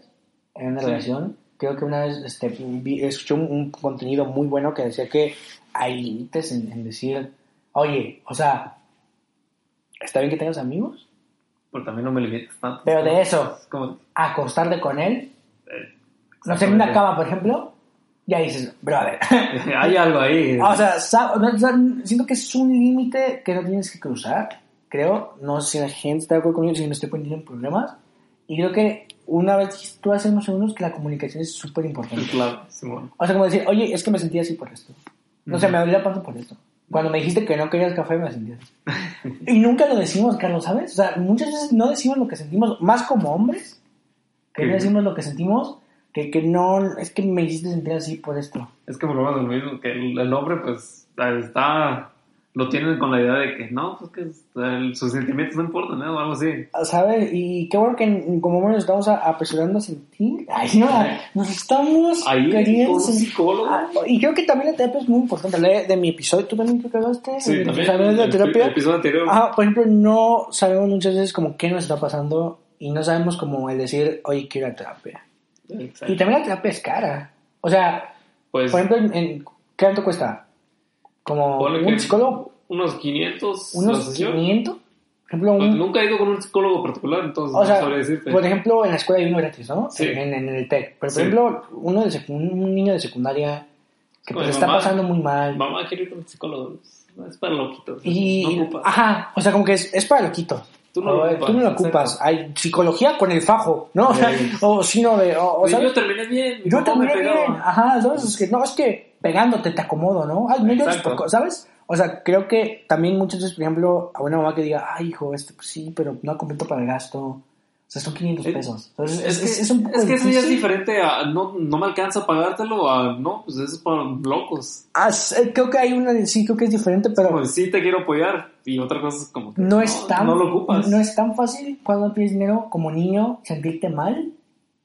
en una Sí. relación. Creo que una vez este, vi- escuché un, un contenido muy bueno que decía que hay límites en, en decir, oye, o sea, está bien que tengas amigos, Pero también no me limites tanto. pero de eso, Es como, a acostarte con él, eh, no sé, en una cama, por ejemplo, ya dices, brother. Hay algo ahí. Ah, o sea, sa- no, o sea, siento que es un límite que no tienes que cruzar. Creo, no sé si la gente está de acuerdo conmigo, si me estoy poniendo en problemas. Y creo que una vez tú haces unos segundos que la comunicación es súper importante. Claro, Simón. O sea, como decir, oye, es que me sentí así por esto. No sé, Ujú. me dolió la panza por esto. Cuando me dijiste que no querías café, me sentí así. y nunca lo decimos, Carlos, ¿sabes? O sea, muchas veces no decimos lo que sentimos, más como hombres, que no Sí. decimos lo que sentimos, que, que no, es que me hiciste sentir así por esto. Es que por lo menos lo mismo que el, el hombre, pues está. Lo tienen con la idea de que no, pues que el- sus sentimientos no importan, ¿no? O algo así. ¿Sabes? Y qué bueno que como hombres nos estamos a- apresurando a sentir. Ay, no, nos estamos Ahí, queriendo con un sentir. psicólogo. Ah, Y creo que también la terapia es muy importante. Hablé de mi episodio, tú también creo que hablaste. Sí, de- también. ¿sabes de la el- terapia? el episodio anterior. Ah, por ejemplo, no sabemos muchas veces como qué nos está pasando y no sabemos como el decir, oye, quiero ir a terapia. Exacto. Y también la terapia es cara. O sea, Pues, por ejemplo, en, en- ¿qué tanto cuesta? Como ponle que un psicólogo, Unos 500. la unos sesión. 500. Por ejemplo, Pues, un, nunca he ido con un psicólogo particular, entonces O no sea, sabría decirte. por ejemplo, en la escuela hay uno gratis, ¿no? Sí. En, en el TEC. Pero, por Sí. ejemplo, uno de secu- un niño de secundaria que Como pues, mi está mamá. pasando muy mal. Mamá, quiero ir con un psicólogo. No es para loquitos. Y, Pues no ocupas. ajá, o sea, como que es, es para loquitos. Tú no O, lo eh, ocupas, tú no lo exacto. ocupas. Hay psicología con el fajo, ¿no? O sea, Sí. o sino de, o, o Pues, sea, yo terminé bien. mi yo papá me terminé pegaba. bien. Ah, Ajá, ¿sabes? Es que, no, es que pegándote te acomodo, ¿no? Ay, no llores Exacto. por co- ¿sabes? O sea, creo que también muchas veces, por ejemplo, a una mamá que diga, ay, hijo, este, pues sí, pero no completo para el gasto. O sea, son 500 Eh, pesos. Entonces, es, Es, es, que, es un poco es que eso ya es difícil. diferente a no, no me alcanza a pagártelo a no, pues eso es para locos. Ah, sí, eh, creo que hay una, sí, creo que es diferente, pero Como sí te quiero apoyar y otra cosa es como que no es tan, Pues no lo ocupas. no es tan fácil cuando tienes dinero como niño sentirte mal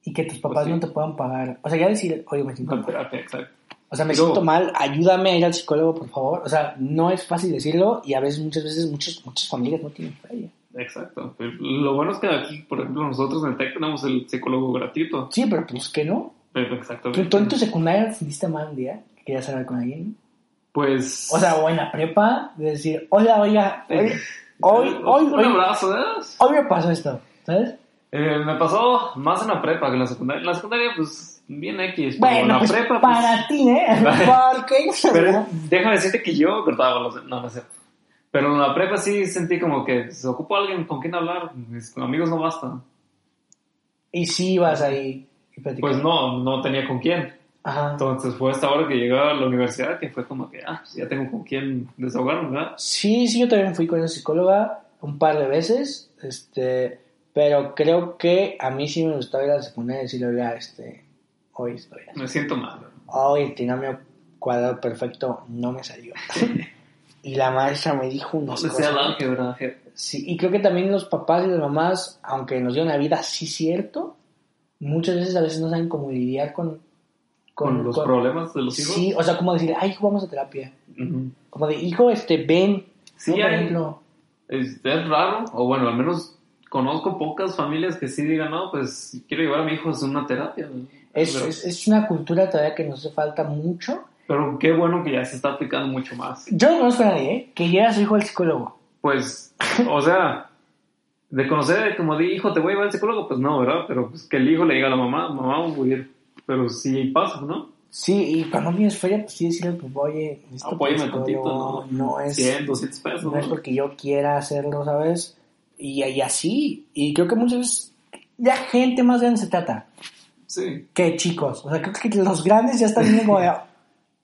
y que tus papás Pues sí. no te puedan pagar. O sea, ya decir, oye, me siento Con mal. terapia, exacto. O sea, me Pero- siento mal, ayúdame a ir al psicólogo, por favor. O sea, no es fácil decirlo y a veces, muchas veces, muchas, muchas familias no tienen feria. Exacto. Pero Lo bueno es que aquí, por ejemplo, nosotros en Tech tenemos el psicólogo gratuito. Sí, pero pues que no. Pero Exacto. ¿Tú, tú en tu secundaria sentiste mal un día que querías hablar con alguien? Pues. O sea, o en la prepa, de decir, hola, oiga, hoy, hoy, hoy, un hoy, abrazo, ¿eh? hoy me pasó esto, ¿sabes? Eh, me pasó más en la prepa que en la secundaria. En la secundaria, pues, bien X. pero en Bueno, la pues prepa, pues, para ti, ¿eh? Porque Pero déjame decirte que yo cortaba con los... No, no es cierto. Pero en la prepa sí sentí como que pues, se ocupa alguien con quien hablar. Mis amigos no bastan. Y si vas ahí y platicas. Pues no, no tenía con quién. Ajá. Entonces fue hasta ahora que llegué a la universidad que fue como que, ah, pues ya tengo con quién desahogarme, ¿verdad? Sí, sí, yo también fui con una psicóloga un par de veces, este, pero creo que a mí sí me gustaba ir a la secundaria y decirle, oiga, este, hoy estoy así. Me siento mal. Hoy el trinomio cuadrado perfecto no me salió. y la maestra me dijo No unas sé sea cosas. el álgebra. je- Sí, y creo que también los papás y las mamás, aunque nos dieron la vida, sí cierto, muchas veces a veces no saben cómo lidiar con, con, los problemas de los hijos. Sí, o sea, como decir, ay, hijo, vamos a terapia. Ujú. Como de, hijo, este, ven. Sí, No, por hay- ejemplo, Es, Este, es raro, o bueno, al menos conozco pocas familias que sí digan, no, pues quiero llevar a mi hijo a una terapia. ¿no? es, pero, es, es una cultura todavía que nos hace falta mucho. pero qué bueno que ya se está aplicando mucho más. Yo no conozco a nadie, ¿eh? Que lleve a su hijo al psicólogo. Pues, o sea, de conocer, como di, hijo, te voy a llevar al psicólogo, pues no, ¿verdad? Pero pues que el hijo le diga a la mamá, mamá, voy a ir. Pero sí pasa, ¿no? Sí, y cuando tienes feria, pues sí decirle, pues, oye, necesito Apóyame un tantito, psicólogo, ¿no? no es... 100, 200 pesos. no es ¿no? porque yo quiera hacerlo, ¿sabes? Y, y así, y creo que muchas veces la gente más grande se trata Sí. que chicos, o sea, creo que los grandes ya están viendo como de, Pero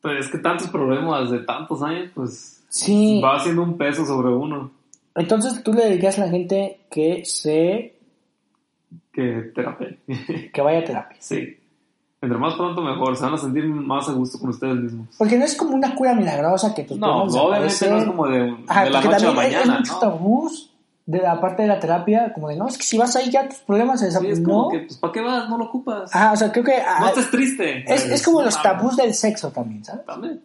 Pues, es que tantos problemas de tantos años, pues sí, va haciendo un peso sobre uno. entonces tú le dedicas a la gente que se, Que terapia. que vaya a terapia, Sí. Entre más pronto mejor, se van a sentir más a gusto con ustedes mismos. porque no es como una cura milagrosa que tus No, problemas obviamente desaparecen. no es como de, Ajá, de la porque noche a la también hay- hay mañana, muchos ¿no? tabús de la parte de la terapia, como de, no, es que si vas ahí ya tus problemas se Sí, desaparecen, es no, como que, pues, ¿para qué vas? No lo ocupas. ajá, o sea, creo que no ah, estés triste. es, es como No los mames. tabús del sexo también, ¿sabes? También.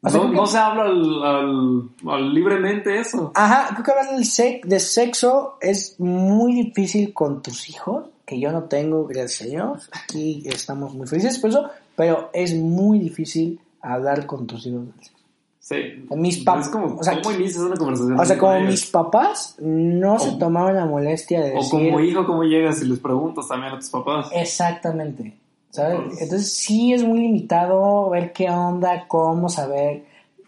O sea, no, creo no que- se habla al, al- al libremente eso. Ajá, creo que hablar del sex- de sexo es muy difícil con tus hijos, que yo no tengo, gracias a Dios. Aquí estamos muy felices por eso, pero es muy difícil hablar con tus hijos. del sexo. Sí. Mis pap- Es como, o sea, ¿cómo inicias una conversación? O sea, con como ellos? mis papás no se O- tomaban la molestia de O decir Eh, como hijo, ¿cómo llegas y les preguntas también a tus papás? exactamente, ¿sabes? Pues- Entonces sí es muy limitado ver qué onda, cómo saber.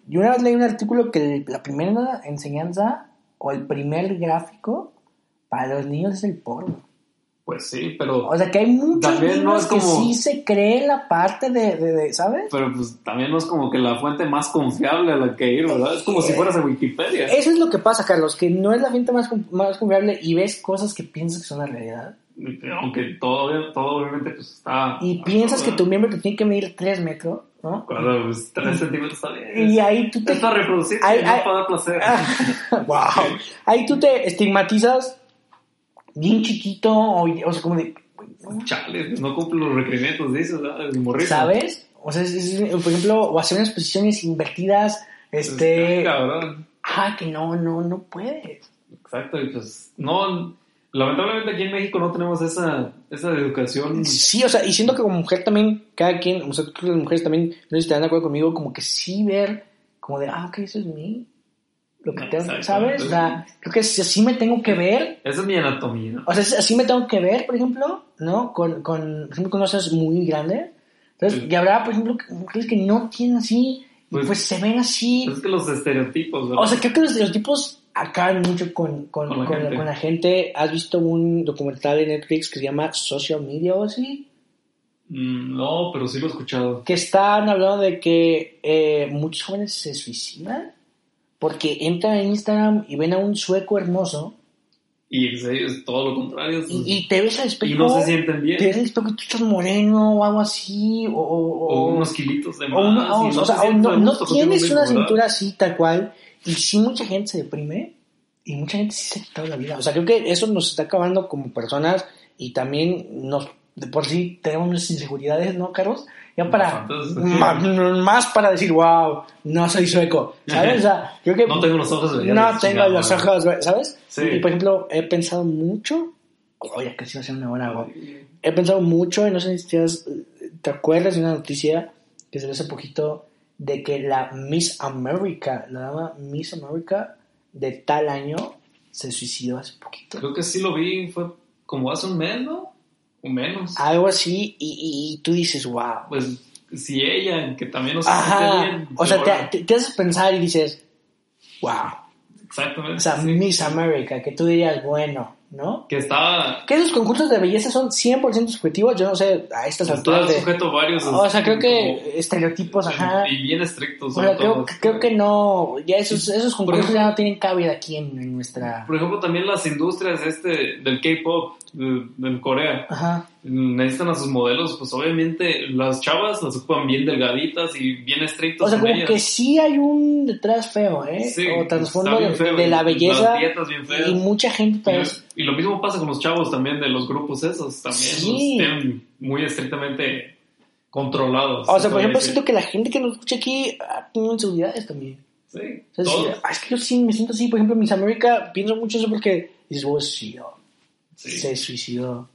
Yo una vez leí un artículo que el- la primera enseñanza o el primer gráfico para los niños es el porno. Pues sí, pero, O sea, que hay muchos También no niños es que como- sí se cree la parte de, de- de- ¿sabes? pero pues también no es como que la fuente más confiable a la que ir, ¿verdad? Es eh, como si fueras a Wikipedia. Eso es lo que pasa, Carlos, que no es la gente más, con- más confiable y ves cosas que piensas que son la realidad. Aunque todo, todo obviamente pues está... Y piensas que tu miembro te tiene que medir 3 metros, ¿no? Cuando pues, 3 centímetros está bien. Y ahí tú te... Es para reproducir, Ay, no ay. Ah. para dar placer. wow. Ahí tú te estigmatizas bien chiquito, o, o sea, como de... Chale, pues, no cumple los requerimientos de eso, ¿verdad? El morrito. ¿Sabes? O sea, es- es- por ejemplo, o hacer unas posiciones invertidas, Pues, este... está cabrón. Ah, que no, no, no puedes. Exacto, y pues no... Lamentablemente aquí en México no tenemos esa, esa educación. Sí, o sea, y siento que como mujer también, cada quien, o sea, creo que las mujeres también, no sé si estarán de acuerdo conmigo, como que sí ver, como de, ah, ok, eso es mí. Lo que No, tengo, exacto, ¿sabes? O sea, creo que si así me tengo que ver, Esa es mi anatomía. o sea, si así me tengo que ver, por ejemplo, ¿no? Con, con por ejemplo, con cosas muy grandes. Entonces, Sí. y habrá, por ejemplo, que- mujeres que no tienen así, y pues, Pues- se ven así. Es que los estereotipos, ¿verdad? O sea, creo que los estereotipos acaban mucho con, con, Con la con- gente. con la gente. ¿Has visto un documental de Netflix que se llama Social Media o así? Mm, no, pero sí lo he escuchado. que están hablando de que eh, muchos jóvenes se suicidan porque entran en Instagram y ven a un sueco hermoso Y en serio es todo lo contrario. y, y te ves al espejo. Y no se sienten bien. Te ves al espejo y tú estás moreno o algo así. O, o- o o- unos kilitos de más. o una- y o- o se sea, o sienten no, a no gusto contigo tienes mismo, una ¿verdad? cintura así tal cual. Y sí, mucha gente se deprime y mucha gente sí se ha quitado la vida. O sea, creo que eso nos está acabando como personas y también nos. De por sí tenemos unas inseguridades, ¿no, Carlos? Ya para. Entonces, Ma- más para decir, wow, no soy sueco, ¿sabes? O sea, creo que No tengo los ojos verdes. no tengo chingada, los madre. ojos, verdes, ¿sabes? Sí. Y por ejemplo, he pensado mucho, oye, que si va a ser una hora, güey. He pensado mucho, y no sé si te, has- te acuerdas de una noticia que salió hace poquito de que la Miss America, la dama Miss America de tal año, se suicidó hace poquito. Creo que sí lo vi, fue como hace un mes, ¿no? O menos. Algo así, y, y- y tú dices, wow. Pues si ella, que también nos Ajá, o sea, te, te- te haces pensar y dices, wow. Exactamente. O sea, sí. Miss America, que tú dirías, bueno, ¿no? Que estaba, Que esos concursos de belleza son 100% subjetivos, yo no sé, a estas estaba alturas pues, de... pues, sujeto a varios. este, O sea, creo como- que estereotipos, ajá. Y bien estrictos. O sea, sobre creo, todo. creo que no, ya esos, esos Por concursos ejemplo- ya no tienen cabida aquí en, en nuestra... Por ejemplo, también las industrias este del K-pop de- en Corea Ajá. necesitan a sus modelos, pues obviamente las chavas las ocupan bien delgaditas y bien estrictas O sea, con como ellas. que sí hay un detrás feo, ¿eh? Sí, o trasfondo está de, bien feo, de la y belleza. Las dietas bien feas. Y mucha gente también... Y, y lo mismo pasa con los chavos también de los grupos esos, también Sí. los tienen muy pues, estrictamente controlados. O sea, por puede ejemplo, decir. siento que la gente que nos escucha aquí ha tenido inseguridades también. Sí, O sea, sí, todos. ah, es que yo sí me siento así. Por ejemplo, en Miss América pienso mucho eso porque dices, oh, se suicidó. Sí. Se suicidó.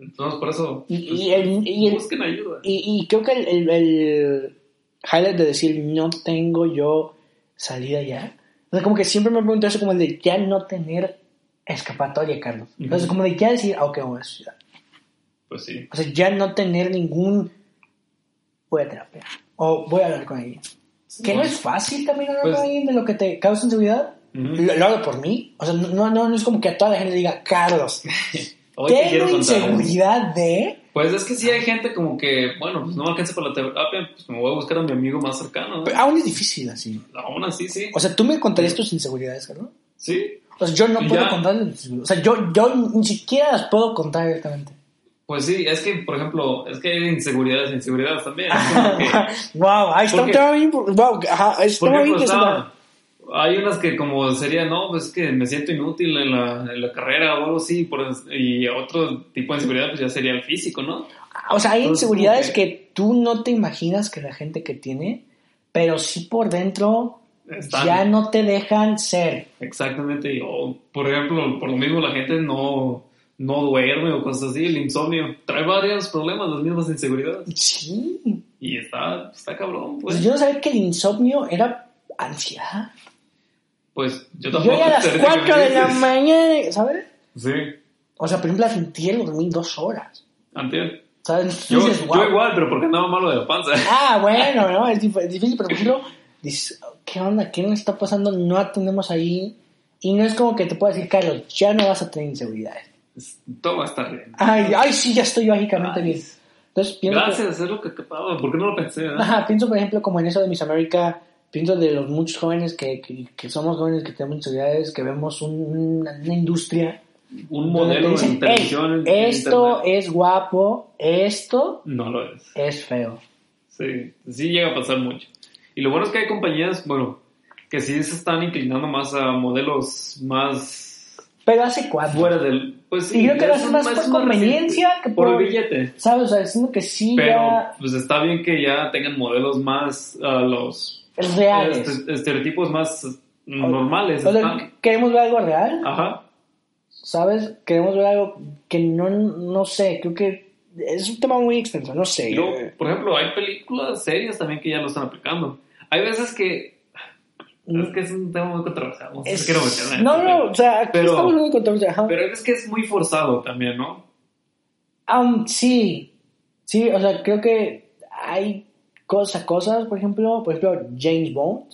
Entonces, por eso. Y, pues, y el- y el- busquen ayuda. y- y creo que el, el- el highlight de decir, no tengo yo salida ya. O sea, como que siempre me he preguntado eso, como el de ya no tener escapatoria, Carlos. Ujú. Entonces, como de ya decir, ah, ok, me voy a suicidar. Pues sí. O sea, ya no tener ningún. Voy a terapia. O voy a hablar con alguien. Que no es fácil también hablar Pues- con alguien de lo que te causa inseguridad. Ujú. Lo, lo hago por mí. O sea, no, no, no es como que a toda la gente le diga, Carlos, Hoy te quiero tengo contar. inseguridad de. Pues es que sí hay gente como que, bueno, pues no me alcanza para la terapia, pues me voy a buscar a mi amigo más cercano. ¿no? Pero aún es difícil así. Aún así, sí. O sea, tú me contarías tus inseguridades, Carlos. Sí. O sea, yo no Ya. puedo contarles mis inseguridades. O sea, yo, yo ni siquiera las puedo contar abiertamente. Pues sí, es que, por ejemplo, es que hay inseguridades, inseguridades también. Es como que- wow, ahí está un Porque- pues, tema bien. impor- Wow, ajá, es un Por tema bien ejemplo, interesante. está- hay unas que como sería, no, pues que me siento inútil en la, en la carrera o algo así, por- y otro tipo de inseguridad pues ya sería el físico, ¿no? O sea, hay Entonces, inseguridades como que... tú no te imaginas que la gente que tiene, pero sí por dentro Están- ya no te dejan ser. Exactamente, y, o, por ejemplo, por lo mismo la gente no, no duerme o cosas así, el insomnio, trae varios problemas, las mismas inseguridades, Sí. y está, está cabrón, Pues pues. yo no sabía que el insomnio era ansiedad. Pues yo Yo tampoco. ya a las ahorita que me 4 de la dices. mañana, ¿sabes? Sí, O sea, por ejemplo, sentí el dormir dos horas. antier. ¿Sabes? Yo, Dices, yo "Guau". igual, pero porque andaba malo de la panza. Ah, bueno, ¿no? Es dif- es difícil, pero por ejemplo, dices, ¿qué onda? ¿Qué nos está pasando? No atendemos ahí. Y no es como que te pueda decir, Carlos, ya no vas a tener inseguridades. Todo va a estar bien. Ay, ay, sí, ya estoy lógicamente Ay. bien. Entonces pienso, que- Gracias, es lo que acababa. ¿Por qué no lo pensé? eh? verdad? ajá, pienso, por ejemplo, como en eso de Miss América, pienso de los muchos jóvenes que, que, que somos jóvenes, que tenemos inseguridades, que vemos un- una, una industria. Un donde te modelo dicen, en televisión. "Ey, en esto internet". es guapo, esto No lo es. es feo. Sí, sí llega a pasar mucho. Y lo bueno es que hay compañías, bueno, que sí se están inclinando más a modelos más Pero hace cuánto. fuera del... Pues sí, y creo que ya lo haces son más por conveniencia que recientes. por... Por el billete. ¿Sabes? O sea, siento que sí Pero ya pues está bien que ya tengan modelos más a los reales. este- estereotipos más normales. O sea, están- queremos ver algo real. Ajá. ¿Sabes? Queremos ver algo que no, no sé, creo que es un tema muy extenso, no sé. Y luego, por ejemplo, hay películas, series también que ya lo están aplicando. Hay veces que... Es que es un tema muy controversial. No, sé Es- si quiero meterme en no, este no, tema. o sea, aquí Pero- estamos muy controversia. ajá. Pero es que es muy forzado también, ¿no? Am, sí, sí, o sea, creo que hay cosas, cosas, por ejemplo, por ejemplo, James Bond.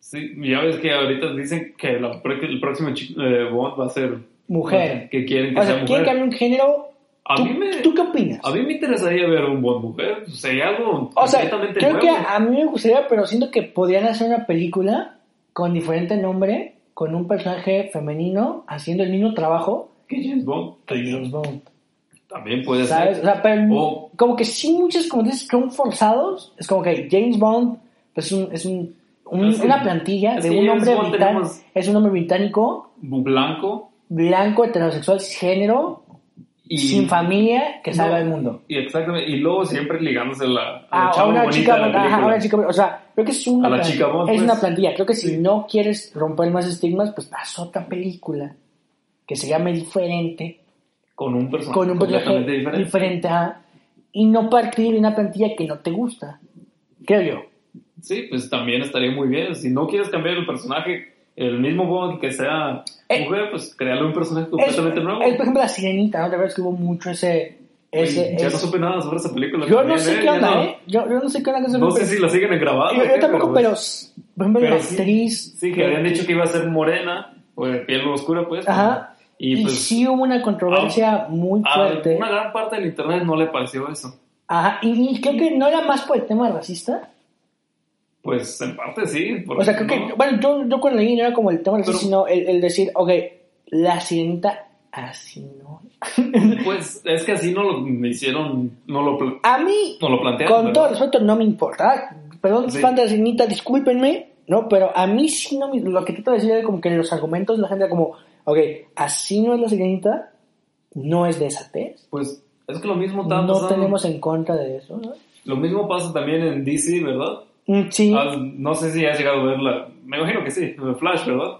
Sí, ya ves que ahorita dicen que la pro- el próximo chi- eh, Bond va a ser... Mujer. Que quieren que O sea, sea ¿quieren mujer. cambiar un género? A ¿Tú, mí me... tú qué opinas? A mí me interesaría ver un Bond mujer. pues, Sería algo O sea, completamente creo que nuevo. a mí me gustaría, pero siento que podrían hacer una película con diferente nombre, con un personaje femenino haciendo el mismo trabajo Que James Bond que James Bond. también puede ¿Sabes? O ser. sea, pero O- como que sí muchos, como dices, son forzados. Es como que James Bond pues, es, un, es un- un- Es que- una plantilla es de que un James hombre Bond británico. tenemos- Es un hombre británico, Blanco blanco, heterosexual, género, y... sin familia, que No. salva al mundo. Y exactamente. Y luego siempre ligándose a la, a la Ah, a chava una bonita chica, de la ajá, película. a una chica, o sea, creo que es una A la plantilla, chica Bond, es pues. una plantilla, creo que si Sí. no quieres romper más estigmas, pues haz otra película que se llame diferente, Con un personaje con un personaje completamente diferente, diferente. ajá, y no partir de una plantilla que no te gusta, creo yo. Sí, pues también estaría muy bien. Si no quieres cambiar el personaje, el mismo Bond que sea Eh, mujer, pues crearle un personaje completamente es, nuevo. es, por ejemplo, La Sirenita, ¿no? La verdad es que hubo mucho ese... Oye, ese, ya ese- no supe nada sobre esa película. yo no también, sé ¿eh? qué Ya onda, no- ¿eh? Yo, yo no sé qué onda que se No sé si la siguen Yo, grabando. yo tampoco, pero, por ejemplo, pues, pero la sí- actriz... Sí, que habían dicho que iba a ser morena, o de piel oscura, pues. Ajá. Y y pues sí hubo una controversia muy a fuerte. una gran parte del internet no le pareció eso. Ajá, y, y creo que no era más por el tema racista. Pues en parte sí. porque O sea, creo no. que, bueno, yo, yo cuando leí no era como el tema racista, Pero- sino el, el decir, ok, la sirenita así no. Pues es que así no lo hicieron, no lo, pla- A mí, no lo plantearon. con ¿verdad? todo respeto, no me importa. Ah, Perdón, Sí. fan de la sirenita, discúlpenme, ¿no? Pero a mí sí no me. Lo que trato de decir era como que en los argumentos la gente era como, ok, así no es la sirenita, no es de esa tez. Pues Es que lo mismo está No pasando- tenemos en contra de eso, ¿no? Lo mismo pasa también en DC, ¿verdad? Mm, Sí, Ah, no sé si has llegado a verla. Me imagino que sí, Flash, ¿verdad?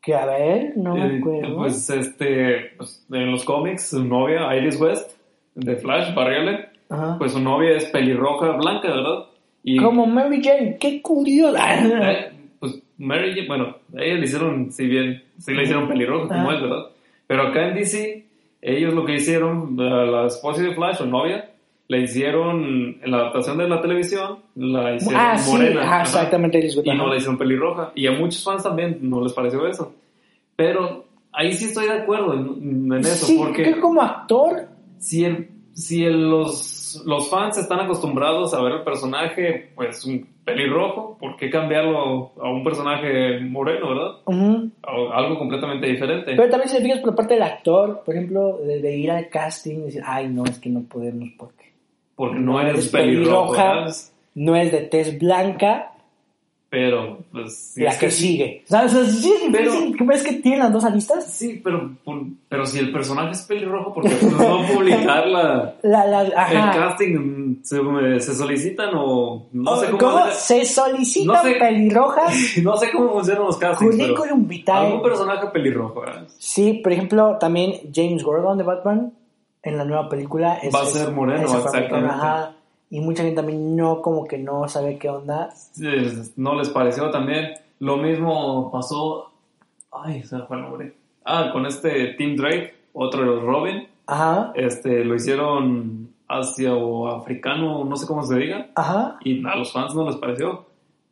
que a ver, no me Eh, acuerdo. Pues este, pues, en los cómics, su novia, Iris West, de Flash, Barry Allen, Ajá. pues su novia es pelirroja blanca, ¿verdad? Y, Como Mary Jane, qué curiosa. eh, pues Mary, Jane- bueno, a ella le hicieron, si bien, sí le hicieron pelirroja, como Ah. es, ¿verdad? Pero acá en DC, ellos lo que hicieron, a la esposa de Flash, o novia, le hicieron, en la adaptación de la televisión, la hicieron Ah, sí, morena. ajá, ajá. exactamente. Iris Whitman. y no la hicieron pelirroja. Y a muchos fans también no les pareció eso. Pero ahí sí estoy de acuerdo en, en eso, sí, porque que como actor, si, el- si el- los, los fans están acostumbrados a ver el personaje, pues un pelirrojo, ¿por qué cambiarlo a un personaje moreno, verdad? ujú, A- algo completamente diferente. pero también si te fijas por parte del actor, por ejemplo, de, de ir al casting y decir, ay, no, es que no podemos porque porque no no eres eres pelirrojo, pelirroja. ¿verdad? no es de tez blanca Pero, pues. si la es que, sigue. O sea, o sea, sí es Pero- difícil. ¿Ves que tienen las dos aristas? Sí, pero, pero si el personaje es pelirrojo, ¿por qué no va a publicar la, La, la, ajá. ¿El casting se, se solicitan o no sé cómo, Oh, ¿Cómo? era- Se solicitan No sé. pelirrojas no sé cómo funcionan los castings? pero currículum algún vitae. personaje pelirrojo ¿verdad? Sí, por ejemplo, también James Gordon de Batman en la nueva película es, Va a ser es moreno, afroamericano, exactamente. ajá. Y mucha gente también no, como que no sabe qué onda. Eh, no les pareció también. Lo mismo pasó. Ay, se me fue el nombre. Ah, con este Tim Drake, otro de los Robin. Ajá, Este, lo hicieron asia o africano, no sé cómo se diga. ajá. Y a los fans no les pareció.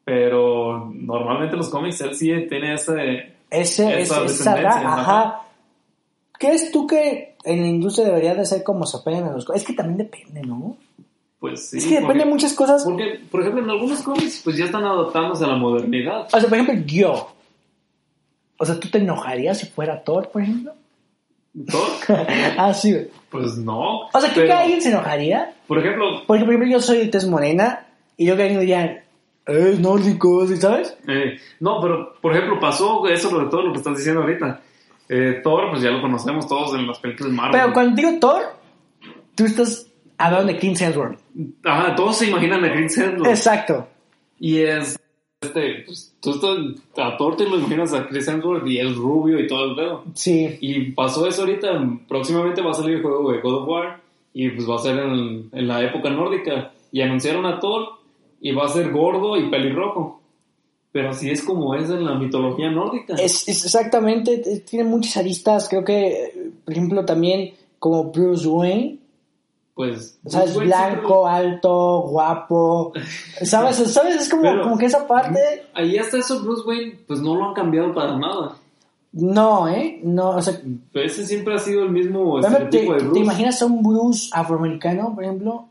Pero normalmente los cómics él sí tiene ese. Ese, Esa ese- esa descendencia, ra- ajá. ajá. ¿Crees tú que en la industria debería de ser como se apegan a los... co- Es que también depende, ¿no? Pues sí. es que depende porque- de muchas cosas. Porque, por ejemplo, en algunos cómics, pues ya están adaptándose a la modernidad. O sea, por ejemplo, yo. O sea, ¿tú te enojarías si fuera Thor, por ejemplo? ¿Thor? ah, sí. güey. Pues no. O sea, ¿creo Pero, que alguien se enojaría? Por ejemplo, Porque, por ejemplo, yo soy de tez morena y yo que alguien diría, es nórdico, ¿sí ¿sabes? eh, no, pero por ejemplo, pasó eso lo de todo lo que estás diciendo ahorita. Eh, Thor, pues ya lo conocemos todos en las películas Marvel. Pero cuando digo Thor, tú estás hablando de King Hemsworth. Ajá, todos se imaginan a Chris Hemsworth. Exacto. Y es. Este, pues, tú estás- a Thor te lo imaginas a Chris Hemsworth y es rubio y todo el pedo. Sí. Y pasó eso ahorita, próximamente va a salir el juego de God of War y pues va a ser en, en la época nórdica. Y anunciaron a Thor y va a ser gordo y pelirrojo. Pero así es como es en la mitología nórdica. Es, es exactamente, es- tiene muchas aristas. Creo que, eh, por ejemplo, también como Bruce Wayne. pues, O sea, es güey, siempre- blanco, alto, guapo. ¿Sabes? ¿Sabes? Es como, Pero- como que esa parte... Ahí hasta eso Bruce Wayne, pues no lo han cambiado para nada. No, ¿eh? No, o sea, Ese siempre ha sido Pues el mismo Por ejemplo, ¿Te, estereotipo de te Bruce. imaginas a un Bruce afroamericano, por ejemplo?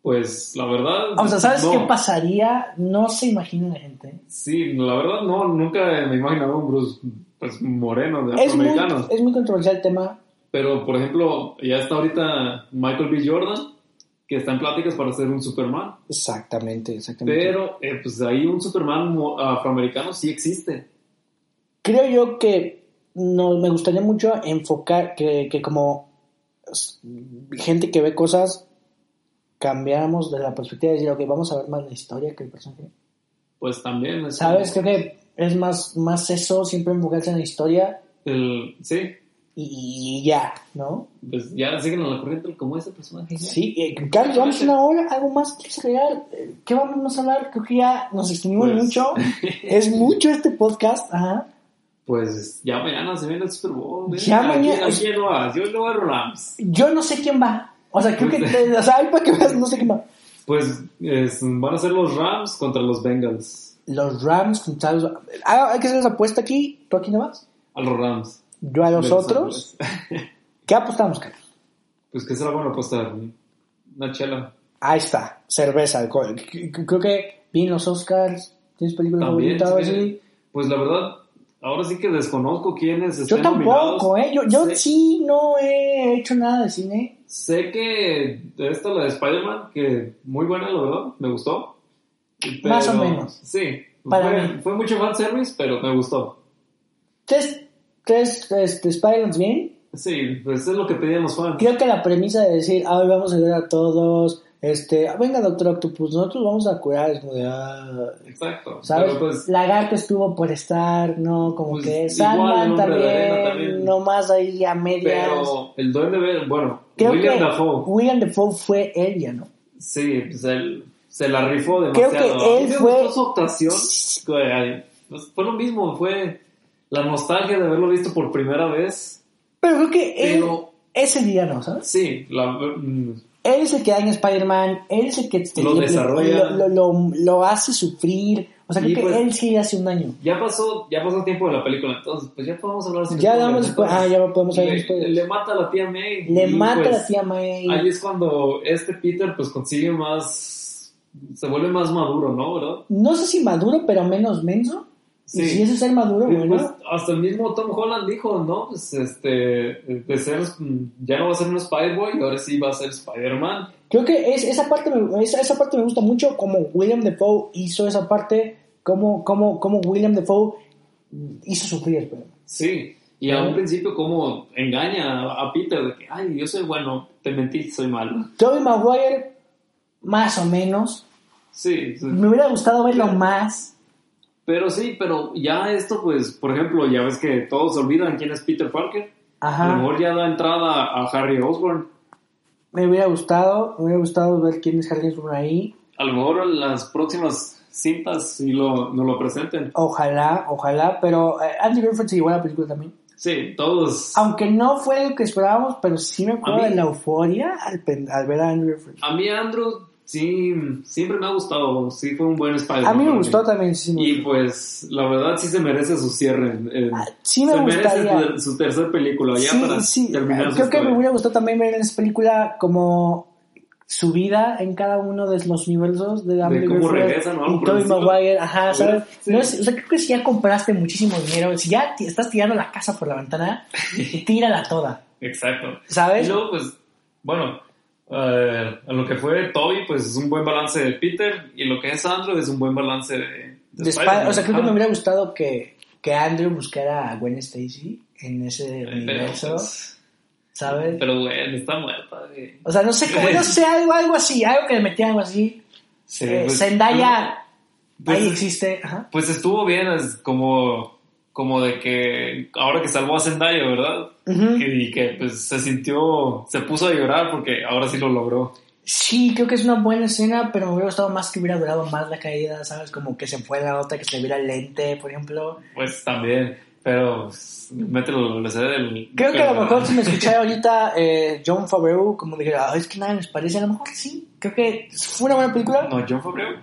Pues la verdad... O sea, ¿sabes no. qué pasaría? No se imagina la gente. Sí, la verdad no, nunca me he imaginado un Bruce pues, moreno, de Es muy, afroamericano. es muy controversial el tema. Pero, por ejemplo, ya está ahorita Michael B. Jordan, que está en pláticas para hacer un Superman. Exactamente, exactamente. Pero, eh, pues ahí un Superman mo- afroamericano sí existe. Creo yo que no, me gustaría mucho enfocar que, que como s- gente que ve cosas cambiáramos de la perspectiva y decir, ok, vamos a ver más la historia que el personaje. Pues también. es ¿Sabes? Creo como que es más, más eso, siempre enfocarse en la historia el- sí, y, y ya, ¿no? pues ya siguen a la corriente como ese personaje. ya. Sí, eh, Carlos, vamos una hora, algo más que agregar. Eh, ¿Qué vamos a hablar? Creo que ya nos extendimos Pues- mucho. es mucho este podcast. Ajá. Pues ya mañana se viene el Super Bowl. ¿eh? Ya Aquí- mañana- Aquí en Loas, yo en Loas Rams. Yo no sé quién va. O sea, creo que. O sea, ahí para que veas, no sé quién va. Pues es- van a ser los Rams contra los Bengals. Los Rams contra los- Ah, hay que hacer esa apuesta aquí. ¿Tú a quién le vas? A los Rams. Yo a los De Los otros. Ángeles. ¿Qué apostamos, Carlos? pues que será bueno apostar. Una chela. Ahí está. Cerveza, alcohol. C- c- Creo que vi en los Oscars. ¿Tienes película También, favorita o sí. así? Pues la verdad, ahora sí que desconozco quiénes Yo están tampoco, nominados. ¿eh? Yo, yo Sí. sí no he hecho nada de cine. Sé que esta, la de Spider-Man, que muy buena, la verdad, me gustó. Pero- Más o menos. Sí. Para fue, mí. fue mucho fanservice, pero me gustó. tres, tres este, Spider-Man bien, Sí, pues es lo que pedían los fans. Creo que la premisa de decir, ah, hoy vamos a ayudar a todos, este, ah, venga Doctor Octopus, nosotros vamos a curar, es como de, ah, Exacto. ¿sabes? Pero pues, Lagarto estuvo por estar, ¿no? Como Pues, que igual, Sandman el hombre de también, arena también. nomás ahí a medias. pero el Duende Verde, bueno, Creo William que Dafoe, William Dafoe fue él, ya no. sí, pues él se la rifó Creo demasiado. que A mí él me fue- gustó su actuación, güey, pues, fue lo mismo, fue la nostalgia de haberlo visto por primera vez, Pero creo que él pero es el villano, ¿sabes? sí, la, mm, Él es el que da en Spider-Man, él es el que te- Lo le- desarrolla. Lo, lo- lo- lo hace sufrir. O sea, Y creo que pues- él sí hace un daño. ya pasó, ya pasó tiempo de la película, entonces pues ya podemos hablar sin Ya spoilers, damos después. Ah, entonces. ya podemos hablar le, después. le mata a la tía May. Le y, mata a pues, la tía May. Ahí es cuando este Peter pues consigue más, se vuelve más maduro, ¿no? ¿Verdad? No sé si maduro, pero menos menso. Sí. Y si eso es ser maduro, Y, bueno. pues, hasta el mismo Tom Holland dijo, ¿no? Pues este, de ser, mm, ya no va a ser un Spider-Boy, ahora sí va a ser Spider-Man. Creo que es, esa, parte me, esa, esa parte me gusta mucho, como William Defoe hizo esa parte, como, como, como William Defoe hizo sufrir. güey. Sí. Y a un principio como engaña a- a Peter de que, ay, yo soy bueno, te mentí, soy malo. Tobey Maguire, más o menos. Sí, sí. Me hubiera gustado verlo más. pero sí, pero ya esto pues, por ejemplo, ya ves que todos olvidan quién es Peter Parker. A lo Ajá. mejor ya da entrada a Harry Osborn. Me hubiera gustado, me hubiera gustado ver quién es Harley Osborn ahí. A lo mejor en las próximas cintas sí lo, nos lo presenten. Ojalá, ojalá, pero eh, Andrew Garfield se llevó a la película también. Sí, todos. Aunque no fue lo que esperábamos, pero sí me acuerdo A mí- de la euforia al, pen- al ver a Andrew Garfield. A mí Andrew sí, siempre me ha gustado. Sí fue un buen Spider-Man. A mí me para gustó también, sí, sí me Y gustó. Ah, pues la verdad sí se merece su cierre. eh, sí me se merece gustaría. su, su tercer película ya para terminar su Creo que historia. me hubiera gustado también ver en esa película como su vida en cada uno de los universos de Andrew cómo Garfield regresan o algo y por Tobey el estilo. Maguire, ajá, Sí. ¿sabes? No es- o sea, creo que si ya compraste muchísimo dinero, si ya ti- estás tirando la casa por la ventana, tírala toda, Exacto. Y ¿sabes? luego, pues, bueno, eh, a lo que fue Toby, pues es un buen balance de Peter. Y lo que es Andrew es un buen balance de, de De Spider- Spider-Man. o sea, creo que Ah, me hubiera gustado que, que Andrew buscara a Gwen Stacy en ese eh, pero, universo, pues, ¿sabes? Pero bueno, está muerta. eh. güey. o sea, no sé cómo, no sé, algo, algo así, algo que le metían algo así. Sí, Eh, pues, Zendaya, pues, ahí pues, existe, ajá. Pues estuvo bien, es como, como de que ahora que salvó a Zendaya, ¿verdad? Ujú. Y que pues se sintió, se puso a llorar porque ahora sí lo logró. Sí, creo que es una buena escena, pero me hubiera gustado más que hubiera durado más la caída, ¿sabes? Como que se fue la otra, que se le viera el lente, por ejemplo. Pues también, pero pues, mételo, le sé del... Creo que a lo mejor si me escuchara ahorita eh, John Favreau, como dijera, "Ah, es que nada nos parece, a lo mejor sí. Creo que fue una buena película. No, John Favreau.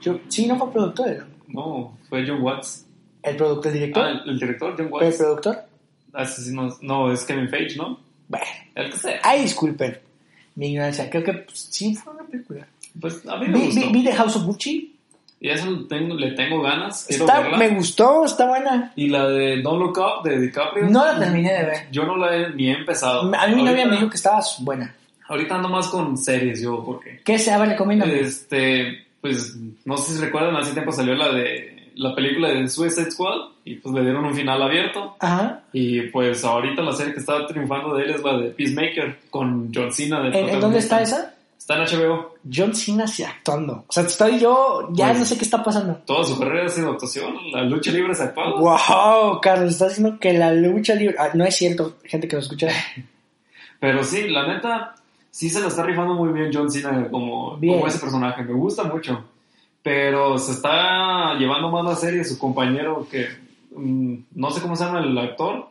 Yo, sí, no fue productor, ¿no? No, fue John Watts. el productor, el director. Ah, el, el director, John ¿Pero el Watts. productor? Asesinos. No, es Kevin Feige, ¿no? Bueno, El que sea. ay, disculpen mi ignorancia. Creo que pues, sí fue una película. Pues a mí me Vi, gustó. vi, vi The House of Gucci. Y a eso tengo, le tengo ganas. Quiero Está, verla. me gustó, está buena. Y la de Don't Look Up de DiCaprio. No la terminé de ver. Yo no la he ni he empezado. A mí mi novia Ahorita- me dijo que estaba buena. Ahorita ando más con series yo, porque... ¿Qué se? A ver, recomiéndame. Este, pues, no sé si recuerdan, hace tiempo salió la de... La película de Suicide Squad. Y pues le dieron un final abierto. Ajá. Y pues ahorita la serie que está triunfando de él es la de Peacemaker. Con John Cena. de ¿En, en dónde está esa? Está en HBO. John Cena sí actuando. O sea, estoy yo, ya Pues- no sé qué está pasando. Toda su carrera ha sido actuación. La lucha libre es actual. Wow, Carlos, estás diciendo que la lucha libre. Ah, no es cierto, gente que lo escucha. Pero sí, la neta, sí se la está rifando muy bien John Cena como, Bien. como ese personaje. Me gusta mucho. Pero se está llevando más la serie su compañero que mm, no sé cómo se llama el actor,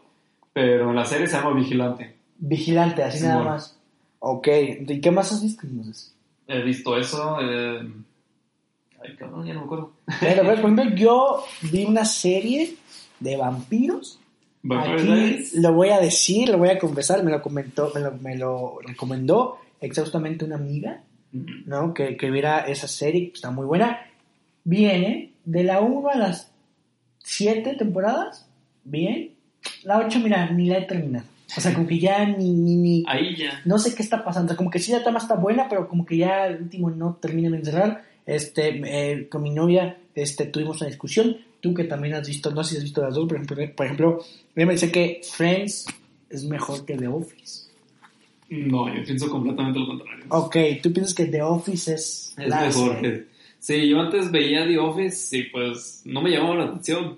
pero en la serie se llama Vigilante. Vigilante, así Sí, nada bueno. más. Ok, ¿y qué más has visto entonces? He visto eso. eh, ay, cabrón, ya no me acuerdo. Pero, pero, por ejemplo, yo vi una serie de vampiros Vampire Aquí Diaries. lo voy a decir, lo voy a confesar, me lo comentó, me lo, me lo recomendó exhaustamente una amiga, Ujú. ¿no? Que, que viera esa serie, que está muy buena. Viene de la 1 a las 7 temporadas, bien. La 8, mira, ni la he terminado. O sea, como que ya ni, ni, ni- Ahí ya. no sé qué está pasando. Como que sí la trama está buena, pero como que ya al último no termina de encerrar. Este, eh, con mi novia este, tuvimos una eh, discusión. Tú que también has visto, no sé si has visto las dos, por ejemplo, por ejemplo ella me dice que Friends es mejor que The Office. No, yo pienso completamente lo contrario. Ok, tú piensas que The Office es... Es la mejor. serie? que- Sí, yo antes veía The Office y pues no me llamaba la atención.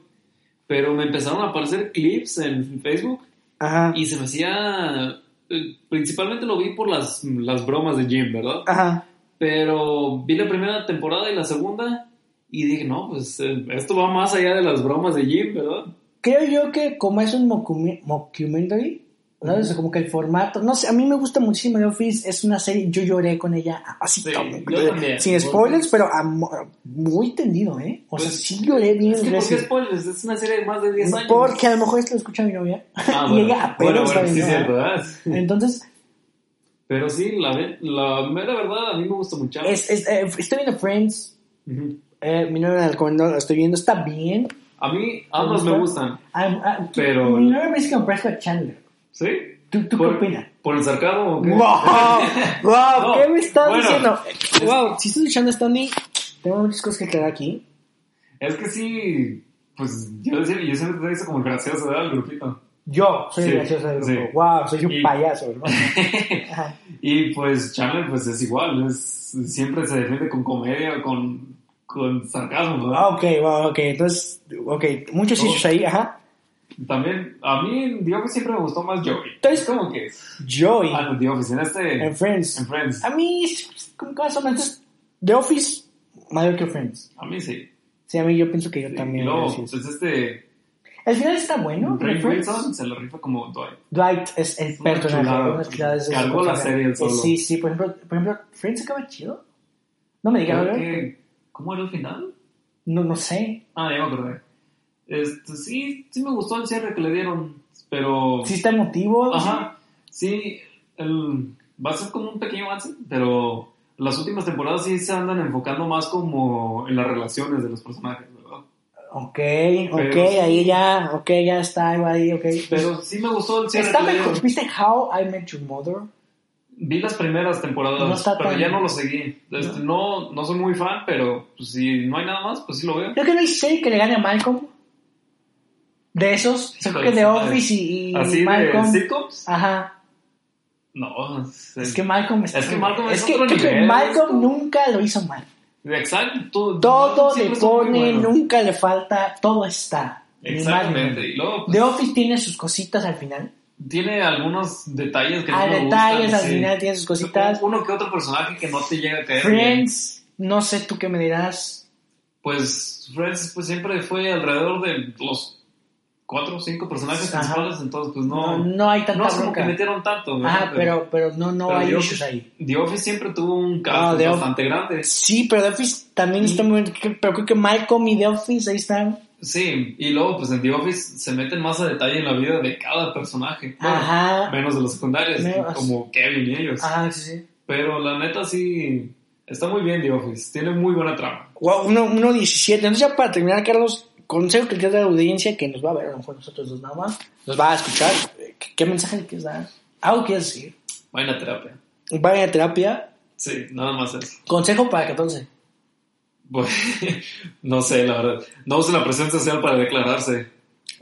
Pero me empezaron a aparecer clips en Facebook Ajá. y se me hacía... eh, Principalmente lo vi por las, las bromas de Jim, ¿verdad? Ajá. Pero vi la primera temporada y la segunda y dije, no, pues eh, esto va más allá de las bromas de Jim, ¿verdad? Creo yo que como es un mocumi- mockumentary, ¿no? O sea, como que el formato, no sé, a mí me gusta muchísimo The Office, es una serie, yo lloré con ella, así Sí, como- yo también. sin spoilers, pero a mo- muy tendido, ¿eh? O sea, Pues, sí lloré bien. Es que, ¿por qué gracias. spoilers? Es una serie de más de 10 años. Porque a lo mejor esto lo escucha mi novia. Ah, y bueno, ella apenas bueno, bueno, la sí, vio, cierto, ¿eh? ¿verdad? Entonces, Pero sí, la, ve- la mera verdad, a mí me gusta mucho. es, es- eh, estoy viendo Friends. Ujú. eh, mi novia me la recomendó, la estoy viendo, está bien. A mí ambas me gustan, Am- ah, tú- Pero- Mi novia me dice que me parezco a Chandler. ¿sí? ¿Tú, tú qué ¿Por, opinas? ¿Por el sarcasmo o qué? ¡Wow! ¡Wow! No, ¿Qué me estás bueno, diciendo? es- ¡Wow! Si estás escuchando esto, Andy, tengo muchas cosas que aclarar aquí. Es que sí, pues yo, decía- yo siempre te hice como el gracioso, ¿verdad? El grupito. Yo soy Sí, el gracioso del grupo. sí. ¡Wow! Soy un Y- payaso, hermano. Ajá. Y pues Chandler, pues es igual, es, siempre se defiende con comedia, con, con sarcasmo, ¿verdad? Ah, ok, wow, ok. Entonces, ok, muchos Oh. issues ahí, ajá. También, a mí, digo que siempre me gustó más Joey. Entonces- como que? Joey Ah, no, The Office, en este... en Friends. en Friends. A mí, es- como que más o menos, The Office, mayor que Friends. A mí sí. Sí, a mí yo pienso que yo y también. luego, gracias. pues este... El final está bueno. de Ray Friends. Wilson se lo rifa como Dwight. Dwight es el una personaje. chulada. una chulada de esos Cargó la personajes. Eh, serie él solo. Sí, sí, por ejemplo, por ejemplo Friends acaba chido. No me digan, Creo ¿verdad? que- ¿Cómo era el final? no, no sé. Ah, ya me acordé. Este, sí, sí me gustó el cierre que le dieron, pero... Sí está emotivo. Ajá, sí, el- va a ser como un pequeño avance, pero las últimas temporadas sí se andan enfocando más como en las relaciones de los personajes, ¿verdad? Ok, ok, Pero sí. ahí ya, ok, ya está, ahí, ok. Pero sí me gustó el cierre está que le mejor. dieron. ¿Viste How I Met Your Mother? Vi las primeras temporadas, No está pero tan- ya no lo seguí. Este, no. no soy muy fan, pero pues, si no hay nada más, pues sí lo veo. Creo que no hay serie que le gane a Malcolm. De esos, o sea, creo que The Híjole, Office y, y Así Malcolm. de sitcoms. Ajá. No, es, Es que Malcolm Es que Malcolm es es que, otro creo que nivel. Malcolm nunca lo hizo mal. exacto. tú- Todo siempre le es muy pone, bueno. nunca le falta, todo está. Ni mal ni Exactamente. mal. Y luego pues, The Office tiene sus cositas al final. tiene algunos detalles que no Hay me Ah, detalles, gustan, al sí. final tiene sus cositas. Uno que otro personaje que no te llega a caer. bien. Friends, no sé tú qué me dirás. Pues Friends pues, siempre fue alrededor de los cuatro o cinco personajes Ajá. principales, entonces pues No, no... no hay tanta no es como bronca. que metieron tanto, ¿verdad? Ajá, pero, pero no, no pero hay The issues Office- ahí. The Office siempre tuvo un cast No, The bastante grande. Sí, pero The Office también está muy Pero creo que Malcolm y The Office ahí están. Sí, y luego pues en The Office se meten más a detalle en la vida de cada personaje. Bueno, Ajá. Menos de los secundarios, Menos. como Kevin y ellos. Ajá, sí, sí. Pero la neta sí, está muy bien The Office, tiene muy buena trama. Wow, uno, uno 17. Entonces, ya para terminar, Carlos, consejo que le das a la audiencia que nos va a ver, a lo mejor nosotros dos nada más, nos va a escuchar. ¿Qué, qué mensaje le quieres dar? ¿Algo quieres decir? Buena terapia. Vayan a terapia. Sí, nada más eso. Consejo para 14. Bueno, no sé, la verdad. No usen la presión social para declararse.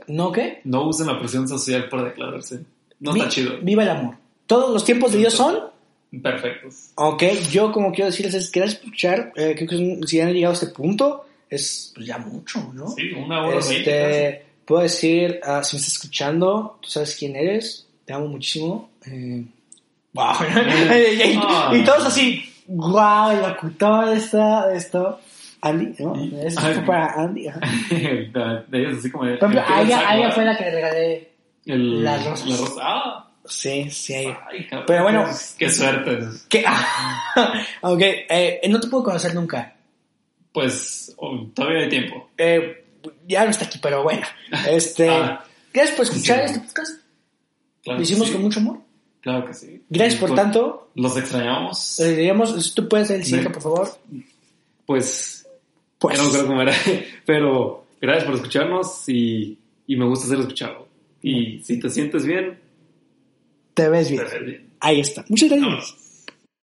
¿No qué? No usen la presión social para declararse. No Vi- está chido. Viva el amor. Todos los tiempos de Dios son. Perfectos. Ok, yo como quiero decirles es que gracias por escuchar. eh, creo que es un- si han llegado a este punto, es pues, ya mucho, ¿no? Sí, una hora veinte casi. Este, puedo decir, ah, si me estás escuchando, tú sabes quién eres, te amo muchísimo. eh, wow. y, Ah. y todos así, wow, el locutor está, esto. Andy, ¿no? Y- Esto Ay. fue para Andy. ajá. Ellos así como... Por ejemplo, a ella, a ella Aya fue la que le regalé. El, las rosas. la rosa. Ah, Sí, sí, a ella. ay, cabrón. Pues, Pero bueno. Qué suerte. ¿Qué? ok, eh, no te puedo conocer nunca. Pues oh, todavía hay tiempo. Eh, ya no está aquí, pero bueno. Este, Ah. gracias por escuchar Sí. este podcast. Claro Lo hicimos que sí. con mucho amor. Claro que sí. Gracias por Con- tanto. Los extrañamos. Eh, diríamos, si tú puedes ser el siguiente, Me- por favor. Pues, Pues. ya no creo cómo era. Pero gracias por escucharnos y, y me gusta ser escuchado. Y si te sientes bien, Te ves te bien. ves bien. Ahí está. Muchas gracias. Vámonos.